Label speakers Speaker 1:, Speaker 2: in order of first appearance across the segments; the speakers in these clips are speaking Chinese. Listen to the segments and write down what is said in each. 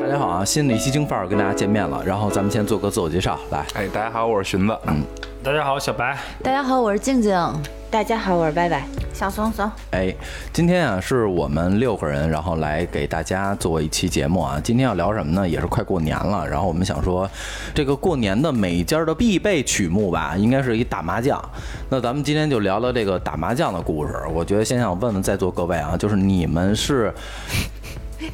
Speaker 1: 大家好啊，新的一期京范儿跟大家见面了，然后咱们先做个自我介绍，来，
Speaker 2: 哎，大家好，我是荀子。
Speaker 3: 嗯
Speaker 4: 大家好，小白。
Speaker 3: 大家好，我是静静。
Speaker 5: 大家好，我是拜拜。
Speaker 3: 小松松，
Speaker 1: 哎，今天啊是我们六个人，然后来给大家做一期节目啊。今天要聊什么呢？也是快过年了，然后我们想说，这个过年的每家的必备曲目吧，应该是一打麻将。那咱们今天就聊聊这个打麻将的故事。我觉得先想问问在座各位啊，就是你们是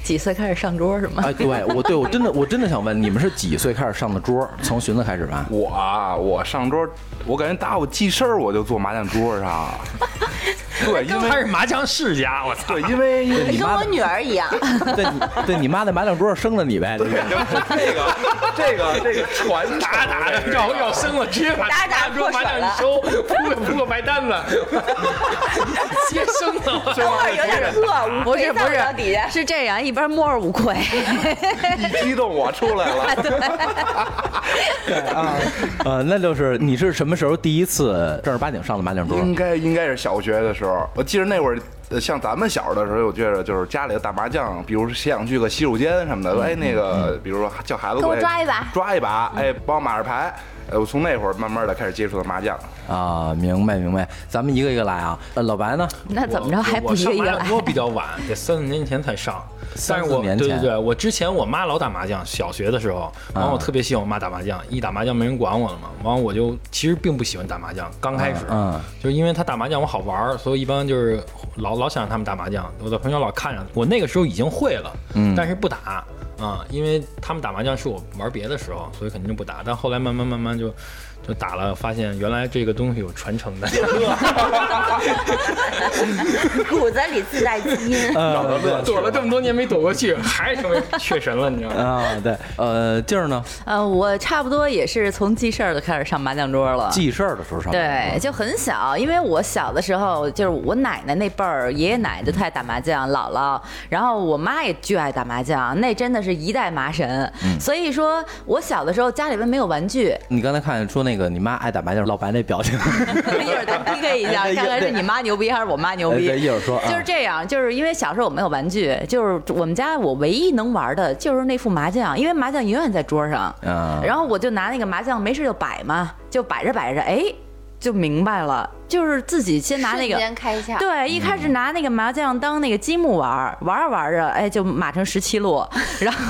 Speaker 3: 几岁开始上桌是吗？
Speaker 1: 哎，对我对我真的我真的想问，你们是几岁开始上的桌？从寻子开始吧。
Speaker 2: 我啊，我上桌，我感觉打我记事儿，我就坐麻将桌上。啊 对，因
Speaker 4: 他
Speaker 2: 为
Speaker 4: 是麻将世家，我操！
Speaker 2: 对，因为因为
Speaker 1: 你
Speaker 5: 跟
Speaker 1: 妈
Speaker 5: 我女 儿一样，
Speaker 1: 对你对你妈在麻将桌上生了你呗，对
Speaker 2: 这个这个这个传统
Speaker 4: 打打的，
Speaker 2: 这
Speaker 4: 要
Speaker 2: 个
Speaker 4: 要生了，直接把
Speaker 5: 打打
Speaker 4: 桌麻将一收，铺个铺个白单子，接生了。
Speaker 5: 等会儿有点饿，
Speaker 3: 不是
Speaker 5: 没
Speaker 3: 不
Speaker 5: 到到底
Speaker 3: 是，是这样，一边摸着五 魁，
Speaker 2: 一激动我出来 了。
Speaker 1: 呃，那就是你是什么时候第一次正儿八经上的麻将桌？
Speaker 2: 应该应该是小学的时候，我记得那会儿，呃像咱们小的时候，我觉得就是家里的打麻将，比如说想去个洗手间什么的，说哎那个，比如说叫孩子
Speaker 3: 嗯给我
Speaker 2: 过来
Speaker 3: 抓一把嗯
Speaker 2: 抓一把，哎，帮我码着牌。呃，我从那会儿慢慢的开始接触的麻将，
Speaker 1: 啊，明白明白，咱们一个一个来啊。呃，老白呢？
Speaker 3: 那怎么着还不
Speaker 4: 我
Speaker 3: 一个
Speaker 4: 上
Speaker 3: 一
Speaker 4: 麻
Speaker 3: 个
Speaker 4: 将
Speaker 3: 来？
Speaker 4: 桌比较晚，得三四年前才上。
Speaker 1: 三
Speaker 4: 但是
Speaker 1: 四
Speaker 4: 我
Speaker 1: 年
Speaker 4: 对
Speaker 1: 前
Speaker 4: 对对，我之前我妈老打麻将，小学的时候，完我特别喜欢我妈打麻将，一打麻将没人管我了嘛，完我就其实并不喜欢打麻将，刚开始，
Speaker 1: 嗯嗯
Speaker 4: 就是因为她打麻将我好玩儿，所以一般就是老老想让他们打麻将，我在朋友老看着，我那个时候已经会了，
Speaker 1: 嗯
Speaker 4: 但是不打啊，因为他们打麻将是我玩别的时候，所以肯定就不打，但后来慢慢慢慢就。就打了，发现原来这个东西有传承的，
Speaker 5: 骨子里自带基因。
Speaker 1: 呃，
Speaker 4: 躲了这么多年没躲过去， 还成为雀神了，你知道吗？
Speaker 1: 啊，对，呃，静儿呢？
Speaker 3: 呃，我差不多也是从记事儿就开始上麻将桌了。
Speaker 1: 记事儿的时候上。
Speaker 3: 啊对，就很小，因为我小的时候就是我奶奶那辈儿，爷爷奶奶就特爱打麻将，姥姥，然后我妈也巨爱打麻将，那真的是一代麻神。所以说我小的时候家里边没有玩具，
Speaker 1: 你刚才看说那个你妈爱打麻将，老白那表情，
Speaker 3: 一会儿咱 PK 一下，看看是你妈牛逼还是我妈牛逼
Speaker 1: 对。一会儿说啊
Speaker 3: 就是这样，就是因为小时候我没有玩具，就是我们家我唯一能玩的就是那副麻将，因为麻将永远在桌上。
Speaker 1: 啊
Speaker 3: 然后我就拿那个麻将没事就摆嘛，就摆着摆着，哎，就明白了，就是自己先拿那个
Speaker 5: 瞬。间开窍，
Speaker 3: 对，一开始
Speaker 1: 嗯
Speaker 3: 拿那个麻将当那个积木玩儿，玩着玩着，哎，就码成十七路，然 后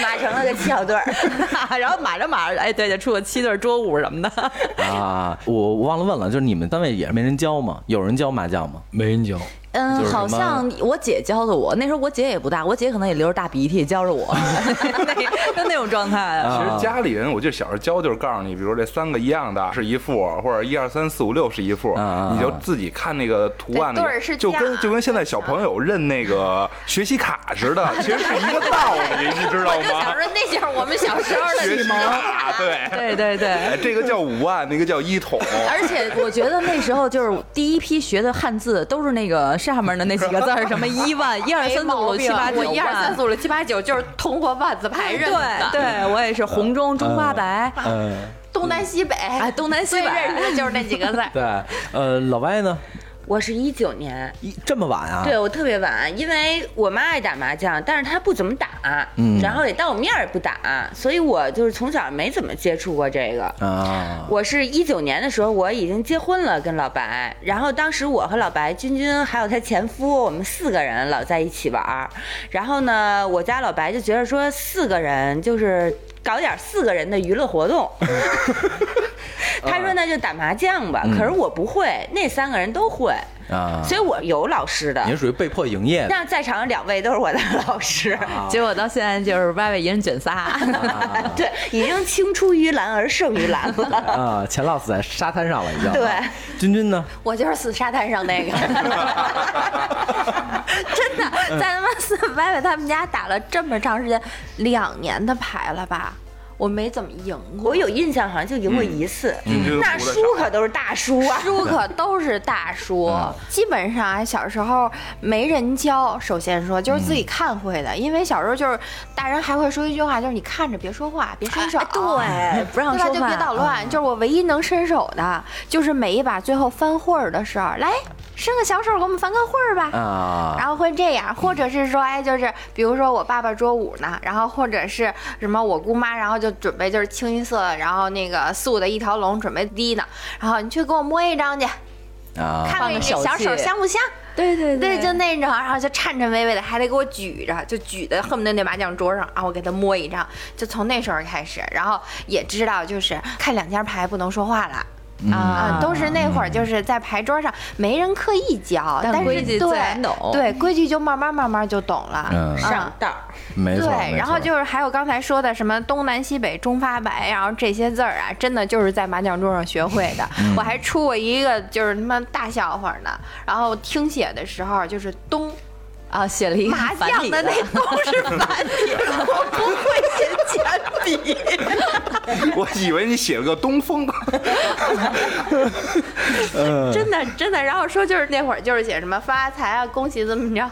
Speaker 5: 码成了个七小对儿。
Speaker 3: 然后码着码着，哎，对，就出个七对桌五什么的。
Speaker 1: 啊，我忘了问了，就是你们单位也没人教吗？有人教麻将吗？
Speaker 4: 没人教，
Speaker 3: 嗯
Speaker 1: 就，是什么
Speaker 3: 好像我姐教的我，那时候我姐也不大，我姐可能也流着大鼻涕教着我， 那就那种状态。
Speaker 1: 啊
Speaker 2: 其实家里人，我记得小时候教就是告诉你，比如这三个一样的是一副，或者一二三四五六是一副
Speaker 1: 啊啊啊，
Speaker 2: 你就自己看那个图案，
Speaker 5: 对
Speaker 2: 那
Speaker 5: 对儿是
Speaker 2: 个就
Speaker 5: 这
Speaker 2: 跟
Speaker 5: 样
Speaker 2: 就跟现在小朋友认那个学习卡似的，其实是一个道理，你知道
Speaker 5: 我就想
Speaker 2: 吗？
Speaker 5: 说，那就是我们小时候的
Speaker 2: 学
Speaker 5: 启
Speaker 2: 习
Speaker 5: 蒙。
Speaker 2: 卡，对，
Speaker 3: 对对对。
Speaker 2: 哎这个叫五万，那个叫一桶。
Speaker 3: 而且我觉得那时候就是第一批学的汉字都是那个上面的那几个字儿，什么一万、一二三四五六七八九
Speaker 5: 我一二三四
Speaker 3: 五
Speaker 5: 五六七八九就是铜火万字牌认
Speaker 3: 对
Speaker 5: 的，
Speaker 3: 对，我也是红中中花白，
Speaker 1: 嗯，
Speaker 5: 东南西北，
Speaker 3: 哎，东南西
Speaker 5: 最认
Speaker 3: 北。
Speaker 5: 识的就是那几个 字儿。
Speaker 1: 对，呃，老白呢？
Speaker 5: 我是一九年，
Speaker 1: 一这么晚啊？
Speaker 5: 对我特别晚，因为我妈爱打麻将，但是她不怎么打，
Speaker 1: 嗯
Speaker 5: 然后也当我面儿也不打，所以我就是从小没怎么接触过这个。
Speaker 1: 啊，
Speaker 5: 我是一九年的时候，我已经结婚了，跟老白。然后当时我和老白、君君还有他前夫，我们四个人老在一起玩儿。然后呢，我家老白就觉得说四个人就是搞点四个人的娱乐活动。 他说那就打麻将
Speaker 1: 嗯
Speaker 5: 吧，可是我不会，那三个人都会，
Speaker 1: 啊，
Speaker 5: 所以我有老师的
Speaker 1: 你。是属于被迫营业的。
Speaker 5: 那在场两位都是我的老师，
Speaker 3: 结果到现在就是歪歪一人卷仨，
Speaker 5: 对，已经青出于蓝而胜于蓝了。
Speaker 1: 啊，钱老死在沙滩上了，已经。啊
Speaker 5: 对，
Speaker 1: 君君呢？
Speaker 3: 我就是死沙滩上那个，
Speaker 6: 真的
Speaker 5: 嗯
Speaker 6: 在他妈四歪歪他们家打了这么长时间，两年的牌了吧？我没怎么赢过。
Speaker 5: 我有印象，好像就赢过一次。
Speaker 2: 嗯嗯
Speaker 5: 那输可都是大输啊！
Speaker 6: 叔可都是大叔，基本上小时候没人教。首先说就是自己看会的，因为小时候就是大人还会说一句话，就是你看着别说话，别伸手。
Speaker 5: 哎
Speaker 3: 对，不让
Speaker 6: 对吧？
Speaker 3: 说
Speaker 6: 就别
Speaker 3: 话。
Speaker 6: 捣乱。就是我唯一能伸手的，就是每一把最后翻会儿的时候，来伸个小手给我们翻个会儿吧。
Speaker 1: 啊
Speaker 6: 然后会这样，或者是说，哎，就是比如说我爸爸捉舞呢，然后或者是什么我姑妈，然后就准备就是清一色，然后那个素的一条龙准备滴呢，然后你去给我摸一张去，
Speaker 1: 啊！
Speaker 6: 看看你这小手香不香？
Speaker 3: 对对
Speaker 6: 对，就那种，然后就颤颤巍巍的，还得给我举着，就举的恨不得那麻将桌上啊，我给他摸一张，就从那时候开始，然后也知道就是看两家牌不能说话了。
Speaker 1: 嗯
Speaker 6: 啊、都是那会儿就是在牌桌上没人刻意教，
Speaker 3: 但
Speaker 6: 但是
Speaker 3: 规矩自
Speaker 6: 对
Speaker 3: 然懂
Speaker 6: 对规矩就慢慢慢慢就懂了。啊
Speaker 1: 嗯
Speaker 5: 上道儿，
Speaker 1: 没错，
Speaker 6: 对，
Speaker 1: 没
Speaker 6: 然后
Speaker 1: 错
Speaker 6: 就是还有刚才说的什么东南西北中发白，然后这些字儿啊，真的就是在麻将桌上学会的。
Speaker 1: 嗯
Speaker 6: 我还出过一个就是他妈大笑话呢，然后听写的时候就是东。
Speaker 3: 啊，写了一个
Speaker 6: 麻
Speaker 3: 繁
Speaker 6: 将
Speaker 3: 体
Speaker 6: 的
Speaker 1: 嗯
Speaker 6: 那都是繁体，我不会写简笔。
Speaker 2: 我以为你写了个东风呢，
Speaker 6: 真的真的。然后说就是那会儿就是写什么发财啊，恭喜怎么着。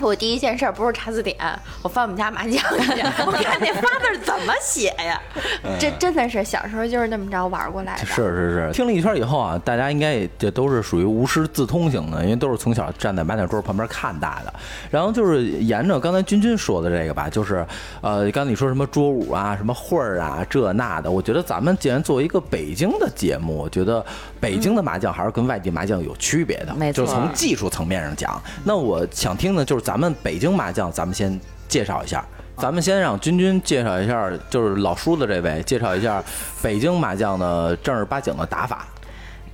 Speaker 6: 我第一件事儿不是查字典，我翻我们家麻将去， 我看那发字儿怎么写呀？
Speaker 1: 嗯
Speaker 6: 这真的是小时候就是那么着玩过来的。
Speaker 1: 是是是，听了一圈以后啊，大家应该也这都是属于无师自通型的，因为都是从小站在麻将桌旁边看大的。然后就是沿着刚才君君说的这个吧，就是呃，刚才你说什么桌舞啊、什么会儿啊、这那的，我觉得咱们既然作为一个北京的节目，我觉得北京的麻将还是跟外地麻将有区别的，
Speaker 3: 没错
Speaker 1: 就是从技术层面上讲。那我想听的就是咱们北京麻将，咱们先介绍一下。咱们先让君君介绍一下，就是老叔的这位，介绍一下北京麻将的正儿八经的打法。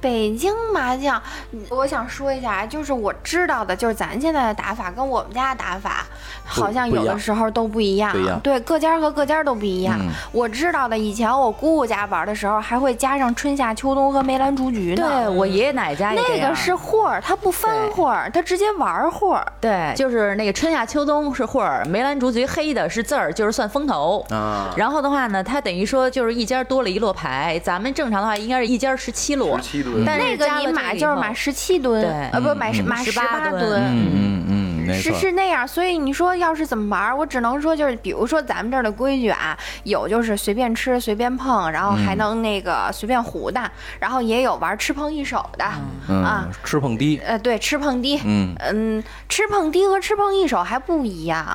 Speaker 6: 北京麻将，我想说一下啊，就是我知道的，就是咱现在的打法跟我们家的打法，好像
Speaker 1: 不
Speaker 6: 有
Speaker 1: 一
Speaker 6: 的
Speaker 1: 样
Speaker 6: 时候都不一样。
Speaker 1: 不一样
Speaker 6: 对，各家和各家都不一样。
Speaker 1: 嗯
Speaker 6: 我知道的，以前我姑姑家玩的时候，还会加上春夏秋冬和梅兰竹菊呢。
Speaker 3: 对我爷爷奶奶家也这
Speaker 6: 那
Speaker 3: 样
Speaker 6: 个是会儿，它不分
Speaker 3: 对
Speaker 6: 会儿，它直接玩会儿。
Speaker 3: 对，就是那个春夏秋冬是会儿，梅兰竹菊黑的是字儿，就是算风头
Speaker 1: 啊
Speaker 3: 然后的话呢，它等于说就是一家多了一摞牌，咱们正常的话应该是一家十七摞，
Speaker 2: 17
Speaker 1: 嗯
Speaker 2: 吨
Speaker 3: 但
Speaker 6: 那
Speaker 3: 是
Speaker 6: 个
Speaker 3: 加了
Speaker 6: 你
Speaker 3: 这
Speaker 6: 买
Speaker 3: 以
Speaker 6: 就是
Speaker 3: 后
Speaker 6: 买十七吨
Speaker 3: 对，
Speaker 6: 呃，不买买十
Speaker 3: 18
Speaker 6: 八
Speaker 3: 吨
Speaker 1: 嗯嗯嗯，没
Speaker 6: 是
Speaker 1: 错。
Speaker 6: 是那样，所以你说要是怎么玩儿，我只能说就是，比如说咱们这儿的规矩啊，有就是随便吃随便碰，然后
Speaker 1: 嗯
Speaker 6: 还能那个随便胡的，然后也有玩吃碰一手的、啊
Speaker 1: 嗯，，吃碰低。
Speaker 6: 呃，对，吃碰低，
Speaker 1: 嗯
Speaker 6: 嗯，吃碰低和吃碰一手还不一样，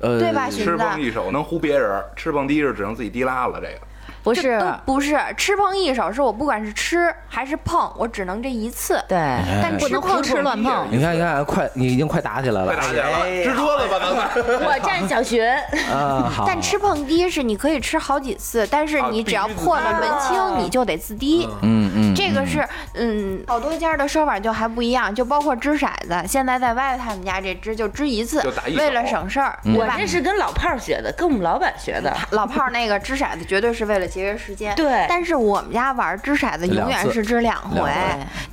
Speaker 1: 呃，
Speaker 6: 对吧，寻
Speaker 2: 吃
Speaker 6: 子？
Speaker 2: 碰一手能糊别人，吃碰第一是只能自己滴拉了。这个
Speaker 3: 不
Speaker 6: 这
Speaker 3: 是
Speaker 6: 都不是吃碰一手，是我不管是吃还是碰，我只能这一次。
Speaker 3: 对，
Speaker 6: 但
Speaker 3: 不
Speaker 6: 吃
Speaker 3: 能
Speaker 6: 碰
Speaker 3: 胡吃乱碰。
Speaker 1: 哎你看，你看，快，你已经快打起来了
Speaker 2: 快打起来了，支桌子吧，咱们。
Speaker 5: 我占小学，
Speaker 1: 啊！好，
Speaker 6: 但吃碰滴是你可以吃好几次，但是
Speaker 2: 啊
Speaker 6: 你
Speaker 2: 必
Speaker 6: 只要
Speaker 2: 须自
Speaker 6: 破
Speaker 2: 滴
Speaker 6: 了门清，你就得自滴。
Speaker 1: 啊嗯嗯，
Speaker 6: 这个是，嗯，好多家的说法就还不一样，就包括掷骰子，现在在外头他们家这掷就掷一次
Speaker 2: 就打，一
Speaker 6: 为
Speaker 2: 手
Speaker 6: 了省事儿，
Speaker 1: 嗯
Speaker 6: 对
Speaker 5: 我
Speaker 6: 吧
Speaker 5: 这？是跟老炮儿学的，跟我们老板学的。
Speaker 6: 老炮儿那个掷骰子绝对是为了节约时间，
Speaker 5: 对
Speaker 6: 但是我们家玩掷骰子永
Speaker 1: 两次
Speaker 6: 远是掷两
Speaker 1: 两
Speaker 6: 回
Speaker 1: 回，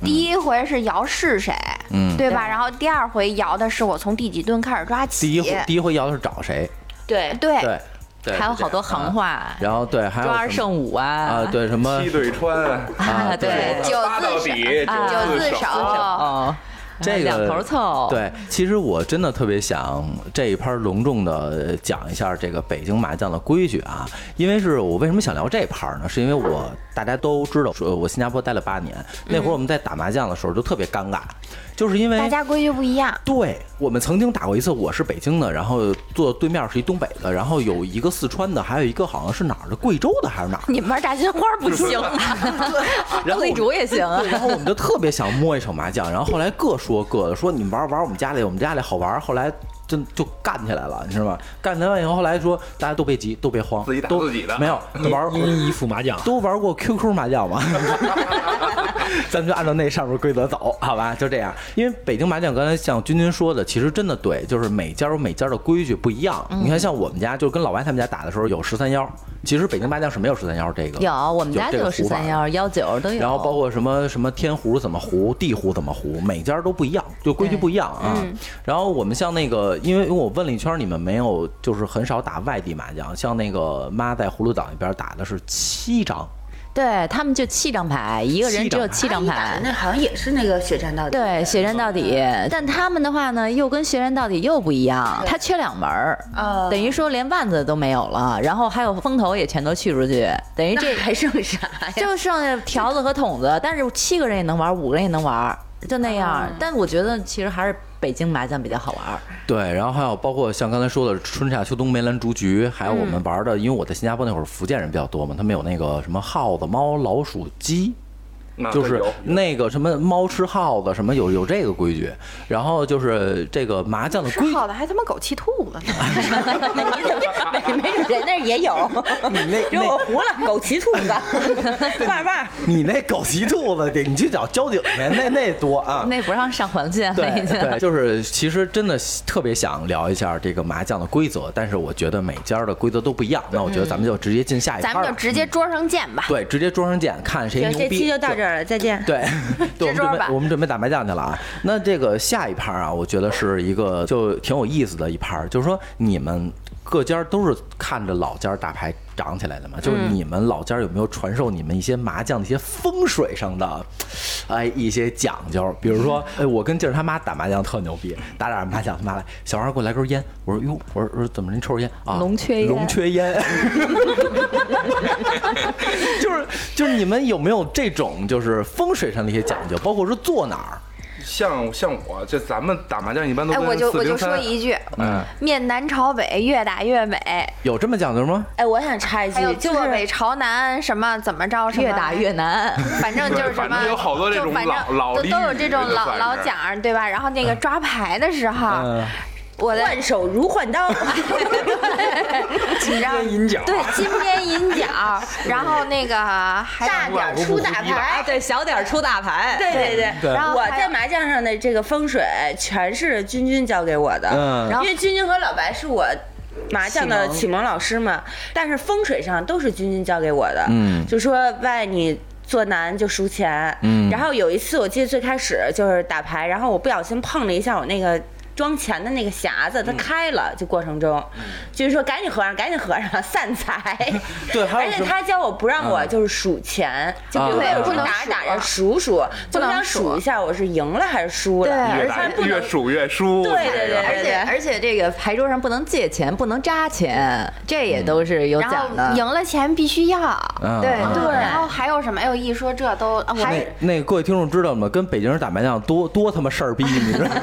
Speaker 6: 第一回是摇是谁，
Speaker 1: 嗯
Speaker 6: 对吧？然后第二回摇的是我从第几吨开始抓起，
Speaker 1: 第一回第一回摇的是找谁？
Speaker 5: 对，
Speaker 6: 对
Speaker 1: 对，对，
Speaker 3: 还有
Speaker 1: 是这
Speaker 3: 好多
Speaker 1: 样
Speaker 3: 行。
Speaker 1: 啊
Speaker 3: 话，
Speaker 1: 然后对，还有
Speaker 3: 抓二
Speaker 1: 什么
Speaker 3: 剩五啊，
Speaker 1: 啊，对什么
Speaker 2: 七对穿，
Speaker 1: 啊
Speaker 3: 啊，
Speaker 1: 对
Speaker 3: 对，
Speaker 6: 九
Speaker 2: 八到
Speaker 6: 字
Speaker 2: 底，
Speaker 3: 啊
Speaker 6: 九字
Speaker 2: 手
Speaker 6: 手，
Speaker 3: 哦，
Speaker 1: 这个
Speaker 3: 两头凑，，
Speaker 1: 对，其实我真的特别想这一盘隆重的讲一下这个北京麻将的规矩啊，因为是我为什么想聊这盘呢？是因为我大家都知道，说我新加坡待了八
Speaker 6: 嗯
Speaker 1: 年，那会儿我们在打麻将的时候就特别尴尬，就是因为
Speaker 6: 大家规矩不一样。
Speaker 1: 对我们曾经打过一次，我是北京的，然后坐对面是一东北的，然后有一个四川的，还有一个好像是哪儿的，贵州的还是哪儿的
Speaker 6: 你们玩炸金花不 行啊？
Speaker 1: 然后
Speaker 3: 斗地主也行啊
Speaker 1: 对，然后我们就特别想摸一手麻将，然后后来各说各的，说你们玩玩我们家里，我们家里好玩。后来真就干起来了，你知道吗？干起来以后，后来说大家都别急，都别慌，
Speaker 2: 自己打
Speaker 1: 都
Speaker 2: 自己的
Speaker 1: 没有
Speaker 4: 你
Speaker 1: 玩
Speaker 4: 一人一副麻将，
Speaker 1: 都玩过 QQ 麻将吗？ 咱们就按照那上面规则走，好吧？就这样，因为北京麻将刚才像君君说的，其实真的对，就是每家有每家的规矩不一样。你看，像我们家就跟老白他们家打的时候有十三幺，其实北京麻将是没有十三幺这个，
Speaker 3: 有，我们家
Speaker 1: 这
Speaker 3: 就
Speaker 1: 个
Speaker 3: 有
Speaker 1: 胡
Speaker 3: 十
Speaker 1: 法
Speaker 3: 三幺、幺九都有。
Speaker 1: 然后包括什么什么天胡怎么胡，地胡怎么胡，每家都不一样，就规矩不一样啊。然后我们像那个，因为我问了一圈，你们没有，就是很少打外地麻将，像那个妈在葫芦岛那边打的是七张，
Speaker 3: 对他们就七张牌，一个人只有七张牌。
Speaker 5: 那好像也是那个血战到底。
Speaker 3: 对，血战到底。但他们的话呢，又跟血战到底又不一样，它缺两门儿，
Speaker 5: 哦
Speaker 3: 等于说连腕子都没有了，然后还有风头也全都去出去，等于 这
Speaker 5: 那还剩啥呀？
Speaker 3: 就剩下条子和筒子，但是七个人也能玩，五个人也能玩，就那样。
Speaker 1: 嗯
Speaker 3: 但我觉得其实还是北京麻将比较好 玩。
Speaker 1: 对，然后还有包括像刚才说的春夏秋冬梅兰竹菊，还有我们玩的，因为我在新加坡那会儿福建人比较多嘛，他们有那个什么耗子、猫、老鼠、鸡，
Speaker 2: 那
Speaker 1: 就是
Speaker 2: 有
Speaker 1: 那个什么猫吃耗子什么有有这个规矩，然后就是这个麻将的
Speaker 6: 吃
Speaker 1: 规哎矩
Speaker 6: 耗子还他妈狗气吐了呢。
Speaker 5: 没没准人那儿也有，
Speaker 1: 那
Speaker 5: 就我糊了，枸杞兔子，棒棒。
Speaker 1: 你那狗急兔子，得你去找交警去，那那多啊。
Speaker 3: 那不让上黄线，那
Speaker 1: 对
Speaker 3: 已经。
Speaker 1: 对，就是其实真的特别想聊一下这个麻将的规则，但是我觉得每家的规则都不一样。那我觉得咱们就直接进下一
Speaker 6: 咱
Speaker 1: 趴
Speaker 6: 们
Speaker 1: 了，
Speaker 6: 就直接桌上见吧。
Speaker 1: 对，直接桌上见，看谁
Speaker 5: 行，
Speaker 1: 牛
Speaker 5: 这
Speaker 1: 逼。
Speaker 5: 期就到这儿了，再 见。
Speaker 1: 对，对，我们
Speaker 6: 桌
Speaker 1: 准备
Speaker 6: 吧
Speaker 1: 我们准备打麻将去了啊。那这个下一盘啊，我觉得是一个就挺有意思的一盘，就是说你们各家都是看着老家打牌长起来的嘛，就是
Speaker 6: 嗯
Speaker 1: 你们老家有没有传授你们一些麻将的一些风水上的，哎一些讲究？比如 说，哎，我跟静儿他妈打麻将特牛逼，打打麻将他妈来，小孩儿给我来根烟，我说哟，我说我说怎么您抽着烟啊？
Speaker 3: 龙缺烟
Speaker 1: 龙缺烟。 就是就是你们有没有这种就是风水上的一些讲究，包括说坐哪儿？
Speaker 2: 像像我这咱们打麻将一般都
Speaker 6: 哎，
Speaker 2: 跟
Speaker 6: 我就我就
Speaker 2: 403
Speaker 6: 说一句，
Speaker 2: 嗯
Speaker 6: 面南朝北，越打越美。
Speaker 1: 有这么讲究吗？
Speaker 5: 哎，我想插一
Speaker 6: 还有
Speaker 5: 句，就
Speaker 6: 坐北
Speaker 5: 是
Speaker 6: 朝南，什么怎么着，什么哎
Speaker 3: 越打越难，
Speaker 6: 反正就是
Speaker 2: 对
Speaker 6: 什
Speaker 2: 反
Speaker 6: 么，
Speaker 2: 正有好多这
Speaker 6: 就
Speaker 2: 种
Speaker 6: 反正
Speaker 2: 老老
Speaker 6: 都
Speaker 2: 俚
Speaker 6: 都有
Speaker 2: 语
Speaker 6: 这种
Speaker 2: 就
Speaker 6: 老
Speaker 2: 算
Speaker 6: 老
Speaker 2: 是
Speaker 6: 讲儿，对吧？然后那个抓牌的时候，
Speaker 1: 嗯
Speaker 6: 我的
Speaker 5: 换手如换刀，
Speaker 6: 紧张
Speaker 4: 银角
Speaker 6: 对，金边银角，然后那个还
Speaker 5: 大点儿出大牌。
Speaker 3: 啊对，小点儿出大牌。
Speaker 5: 对对对，
Speaker 1: 哎对
Speaker 6: 然后
Speaker 5: 我
Speaker 6: 还
Speaker 5: 在
Speaker 6: 有
Speaker 5: 麻将上的这个风水全是君君教给我的，
Speaker 1: 嗯然
Speaker 5: 因为君君和老白是我。麻将的启蒙老师嘛，但是风水上都是君君教给我的，
Speaker 1: 嗯
Speaker 5: 就说外你坐南就输钱，
Speaker 1: 嗯
Speaker 5: 然后有一次我记得最开始就是打牌，然后我不小心碰了一下我那个装钱的那个匣子，
Speaker 1: 嗯
Speaker 5: 它开了，就过程中，就是说赶紧合上，赶紧合上，散财，
Speaker 1: 对还有
Speaker 5: 而
Speaker 1: 什
Speaker 5: 且
Speaker 1: 么嗯
Speaker 5: 他教我不让我就是数钱，就比如
Speaker 1: 啊
Speaker 5: 说
Speaker 6: 不
Speaker 5: 我
Speaker 6: 能
Speaker 5: 打着打
Speaker 6: 数
Speaker 5: 着数数，
Speaker 6: 不
Speaker 5: 就
Speaker 6: 能
Speaker 5: 想
Speaker 6: 数
Speaker 5: 数一下我是赢了还是输了，
Speaker 6: 对
Speaker 2: 越
Speaker 5: 而且
Speaker 2: 打
Speaker 5: 还不
Speaker 2: 越
Speaker 5: 能。
Speaker 2: 数越输，
Speaker 5: 对对对
Speaker 3: 而且而且这个牌桌上不能借钱，不能扎钱，这也都是有
Speaker 6: 然
Speaker 3: 讲的。
Speaker 6: 后赢了钱必须要，
Speaker 1: 嗯
Speaker 6: 对
Speaker 1: 嗯
Speaker 6: 对。然后还有什么？哎呦，一说这都啊我
Speaker 1: 那那各位听众知道吗？跟北京人打麻将多多他妈事儿逼，你知道吗？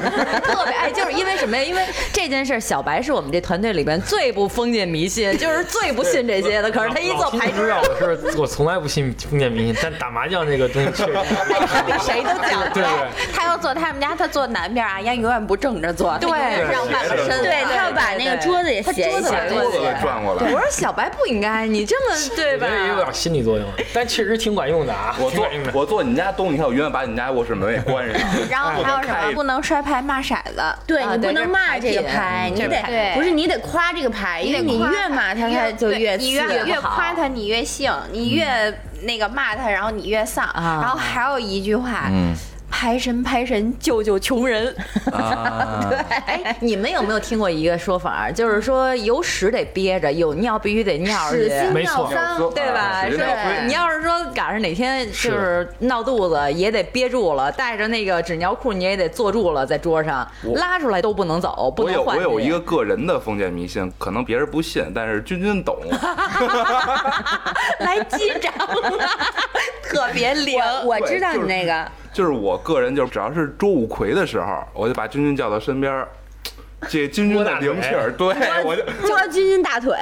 Speaker 3: 特别哎，就是因为什么呀？因为这件事儿，小白是我们这团队里边最不封建迷信，就是最不信这些的。 可是他一做牌桌
Speaker 4: 知，道我是我从来不信封建迷信，但打麻将这个东西确实，
Speaker 3: 他比谁都讲究。
Speaker 4: 对
Speaker 6: 他要坐他们家，他坐南边啊，人家永远不正着坐，
Speaker 3: 对
Speaker 6: 让半个身子，
Speaker 5: 对，他要把那个桌子也
Speaker 3: 他
Speaker 5: 斜
Speaker 3: 桌
Speaker 5: 一
Speaker 3: 子
Speaker 5: 下
Speaker 3: 也，
Speaker 2: 桌子给转过来
Speaker 3: 我。说小白不应该，你这么 对
Speaker 4: 我
Speaker 3: 吧
Speaker 4: 觉？得也有点心理作用，啊但确实挺管用的啊。
Speaker 2: 我
Speaker 4: 挺
Speaker 2: 坐
Speaker 4: 管用的。
Speaker 2: 我坐你家东，你看我永远把你家卧室门给关上。
Speaker 6: 然后还有什么？不能摔牌骂骰子，
Speaker 5: 对
Speaker 3: 啊
Speaker 5: 你不
Speaker 3: 对这
Speaker 5: 能
Speaker 3: 是
Speaker 5: 骂
Speaker 3: 牌
Speaker 5: 这个
Speaker 3: 品
Speaker 5: 牌，你得
Speaker 6: 对
Speaker 5: 不是你得夸这个牌，因为你越骂他，他就
Speaker 6: 越
Speaker 5: 越
Speaker 6: 你
Speaker 5: 气。嗯
Speaker 6: 越越夸他，你越兴，你越那个骂他，然后你越丧。
Speaker 3: 啊
Speaker 6: 然后还有一句话
Speaker 1: 嗯，
Speaker 6: 牌神牌神救救穷人，
Speaker 1: 啊，
Speaker 3: 哎，你们有没有听过一个说法，就是说有屎得憋着，有尿必须得尿出去
Speaker 5: 屎。心
Speaker 4: 没
Speaker 5: 尿
Speaker 4: 错
Speaker 5: 脏，
Speaker 3: 对吧？
Speaker 2: 水
Speaker 3: 说
Speaker 2: 尿灰
Speaker 3: 你要是说赶上哪天就是闹肚子，也得憋住了，带着那个纸尿裤你也得坐住了，在桌上拉出来都不能走，不
Speaker 2: 我有
Speaker 3: 能换
Speaker 2: 我有
Speaker 3: 气。
Speaker 2: 一个个人的封建迷信，可能别人不信，但是君君懂。
Speaker 3: 来击 掌了，特别灵。
Speaker 5: 我
Speaker 2: 对
Speaker 5: 知道
Speaker 2: 就
Speaker 5: 你
Speaker 2: 是
Speaker 5: 那个，
Speaker 2: 就是我个人，就是只要是捉五魁的时候，我就把君君叫到身边儿，借君君的灵气儿，对我就
Speaker 5: 抓君君大腿。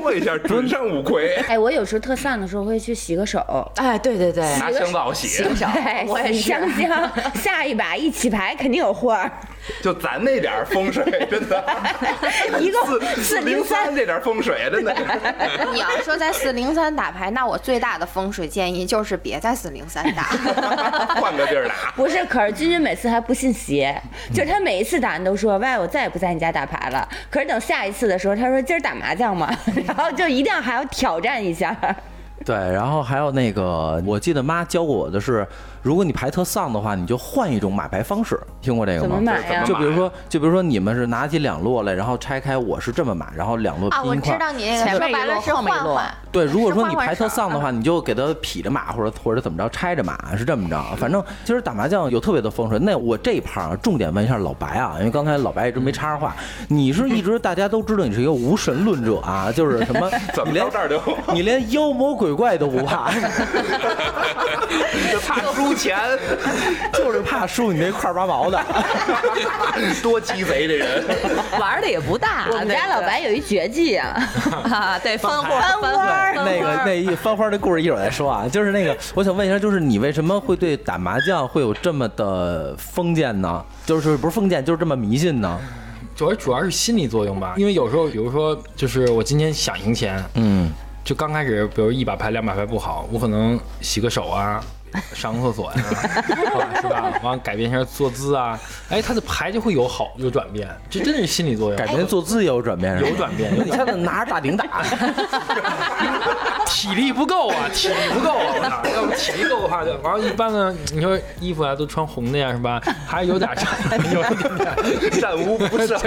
Speaker 2: 摸一下，准上五魁。
Speaker 5: 哎，我有时候特丧的时候会去洗个手，
Speaker 3: 哎，对对对，
Speaker 2: 拿香皂洗，
Speaker 3: 洗手，我也
Speaker 5: 洗
Speaker 3: 是。
Speaker 5: 香蕉，下一把一起牌肯定有货儿。
Speaker 2: 就咱那点儿风水，真的，
Speaker 5: 一共
Speaker 2: 四四零三这点儿风水，啊真的是。
Speaker 6: 你要说在四零三打牌，那我最大的风水建议就是别在四零三打。
Speaker 2: 换个地儿打。
Speaker 5: 不是，可是君君每次还不信邪，就是他每一次打完都说：“喂，我再也不在你家打牌了。”可是等下一次的时候，他说：“今儿打麻将嘛。” 然后就一定还要挑战一下。
Speaker 1: 对，然后还有那个，我记得妈教过我的是，如果你牌特丧的话，你就换一种买牌方式，听过这个
Speaker 5: 怎么
Speaker 1: 吗？
Speaker 5: 买呀
Speaker 1: 就比如说，就比如说你们是拿起两摞来，然后拆开，我是这么买，然后两摞
Speaker 6: 啊，
Speaker 1: 拼
Speaker 6: 我
Speaker 1: 一块
Speaker 6: 知
Speaker 1: 儿。
Speaker 6: 道你那个说白了是
Speaker 3: 后
Speaker 6: 换
Speaker 3: 面一摞
Speaker 6: 换。
Speaker 1: 对，如果说你
Speaker 6: 是换
Speaker 1: 牌特
Speaker 6: 换手
Speaker 1: 丧的话，你就给它劈着码，或者或者怎么着拆着码，是这么着。反正其实打麻将有特别的风水。那我这一盘儿重点问一下老白啊，因为刚才老白一直没插上话，你是一直大家都知道你是一个无神论者啊，就是什么
Speaker 2: 怎
Speaker 1: 你
Speaker 2: 么
Speaker 1: 连
Speaker 2: 到这儿就
Speaker 1: 你连妖魔鬼怪都不怕，
Speaker 2: 就怕输钱，
Speaker 1: 就是怕输你那块儿八毛的。
Speaker 2: 多鸡贼这人。
Speaker 3: 玩的也不大。
Speaker 5: 我们家老白有一绝技啊，
Speaker 3: 啊， 对，翻花
Speaker 5: 翻花
Speaker 3: 儿
Speaker 5: 儿
Speaker 1: 那个那一翻花的故事一会儿再说啊，就是那个，我想问一下，就是你为什么会对打麻将会有这么的封建呢？就是不是封建，就是这么迷信呢？
Speaker 4: 主要主要是心理作用吧，因为有时候，比如说，就是我今天想赢钱，
Speaker 1: 嗯，
Speaker 4: 就刚开始，比如一把牌、两把牌不好，我可能洗个手啊，上个厕所呀、 是吧？完改变一下坐姿啊，哎，他的牌就会有好有转变，这真的是心理作用。
Speaker 1: 改变坐姿也有转变是吧？
Speaker 4: 有转变有
Speaker 1: 你看他拿着大铃打，
Speaker 4: 体力不够啊，体力不够啊，我 操！要不体力够的话，就完了。一般呢，你说衣服啊都穿红的呀，是吧？还有点差， 有一点点。
Speaker 2: 战无不胜，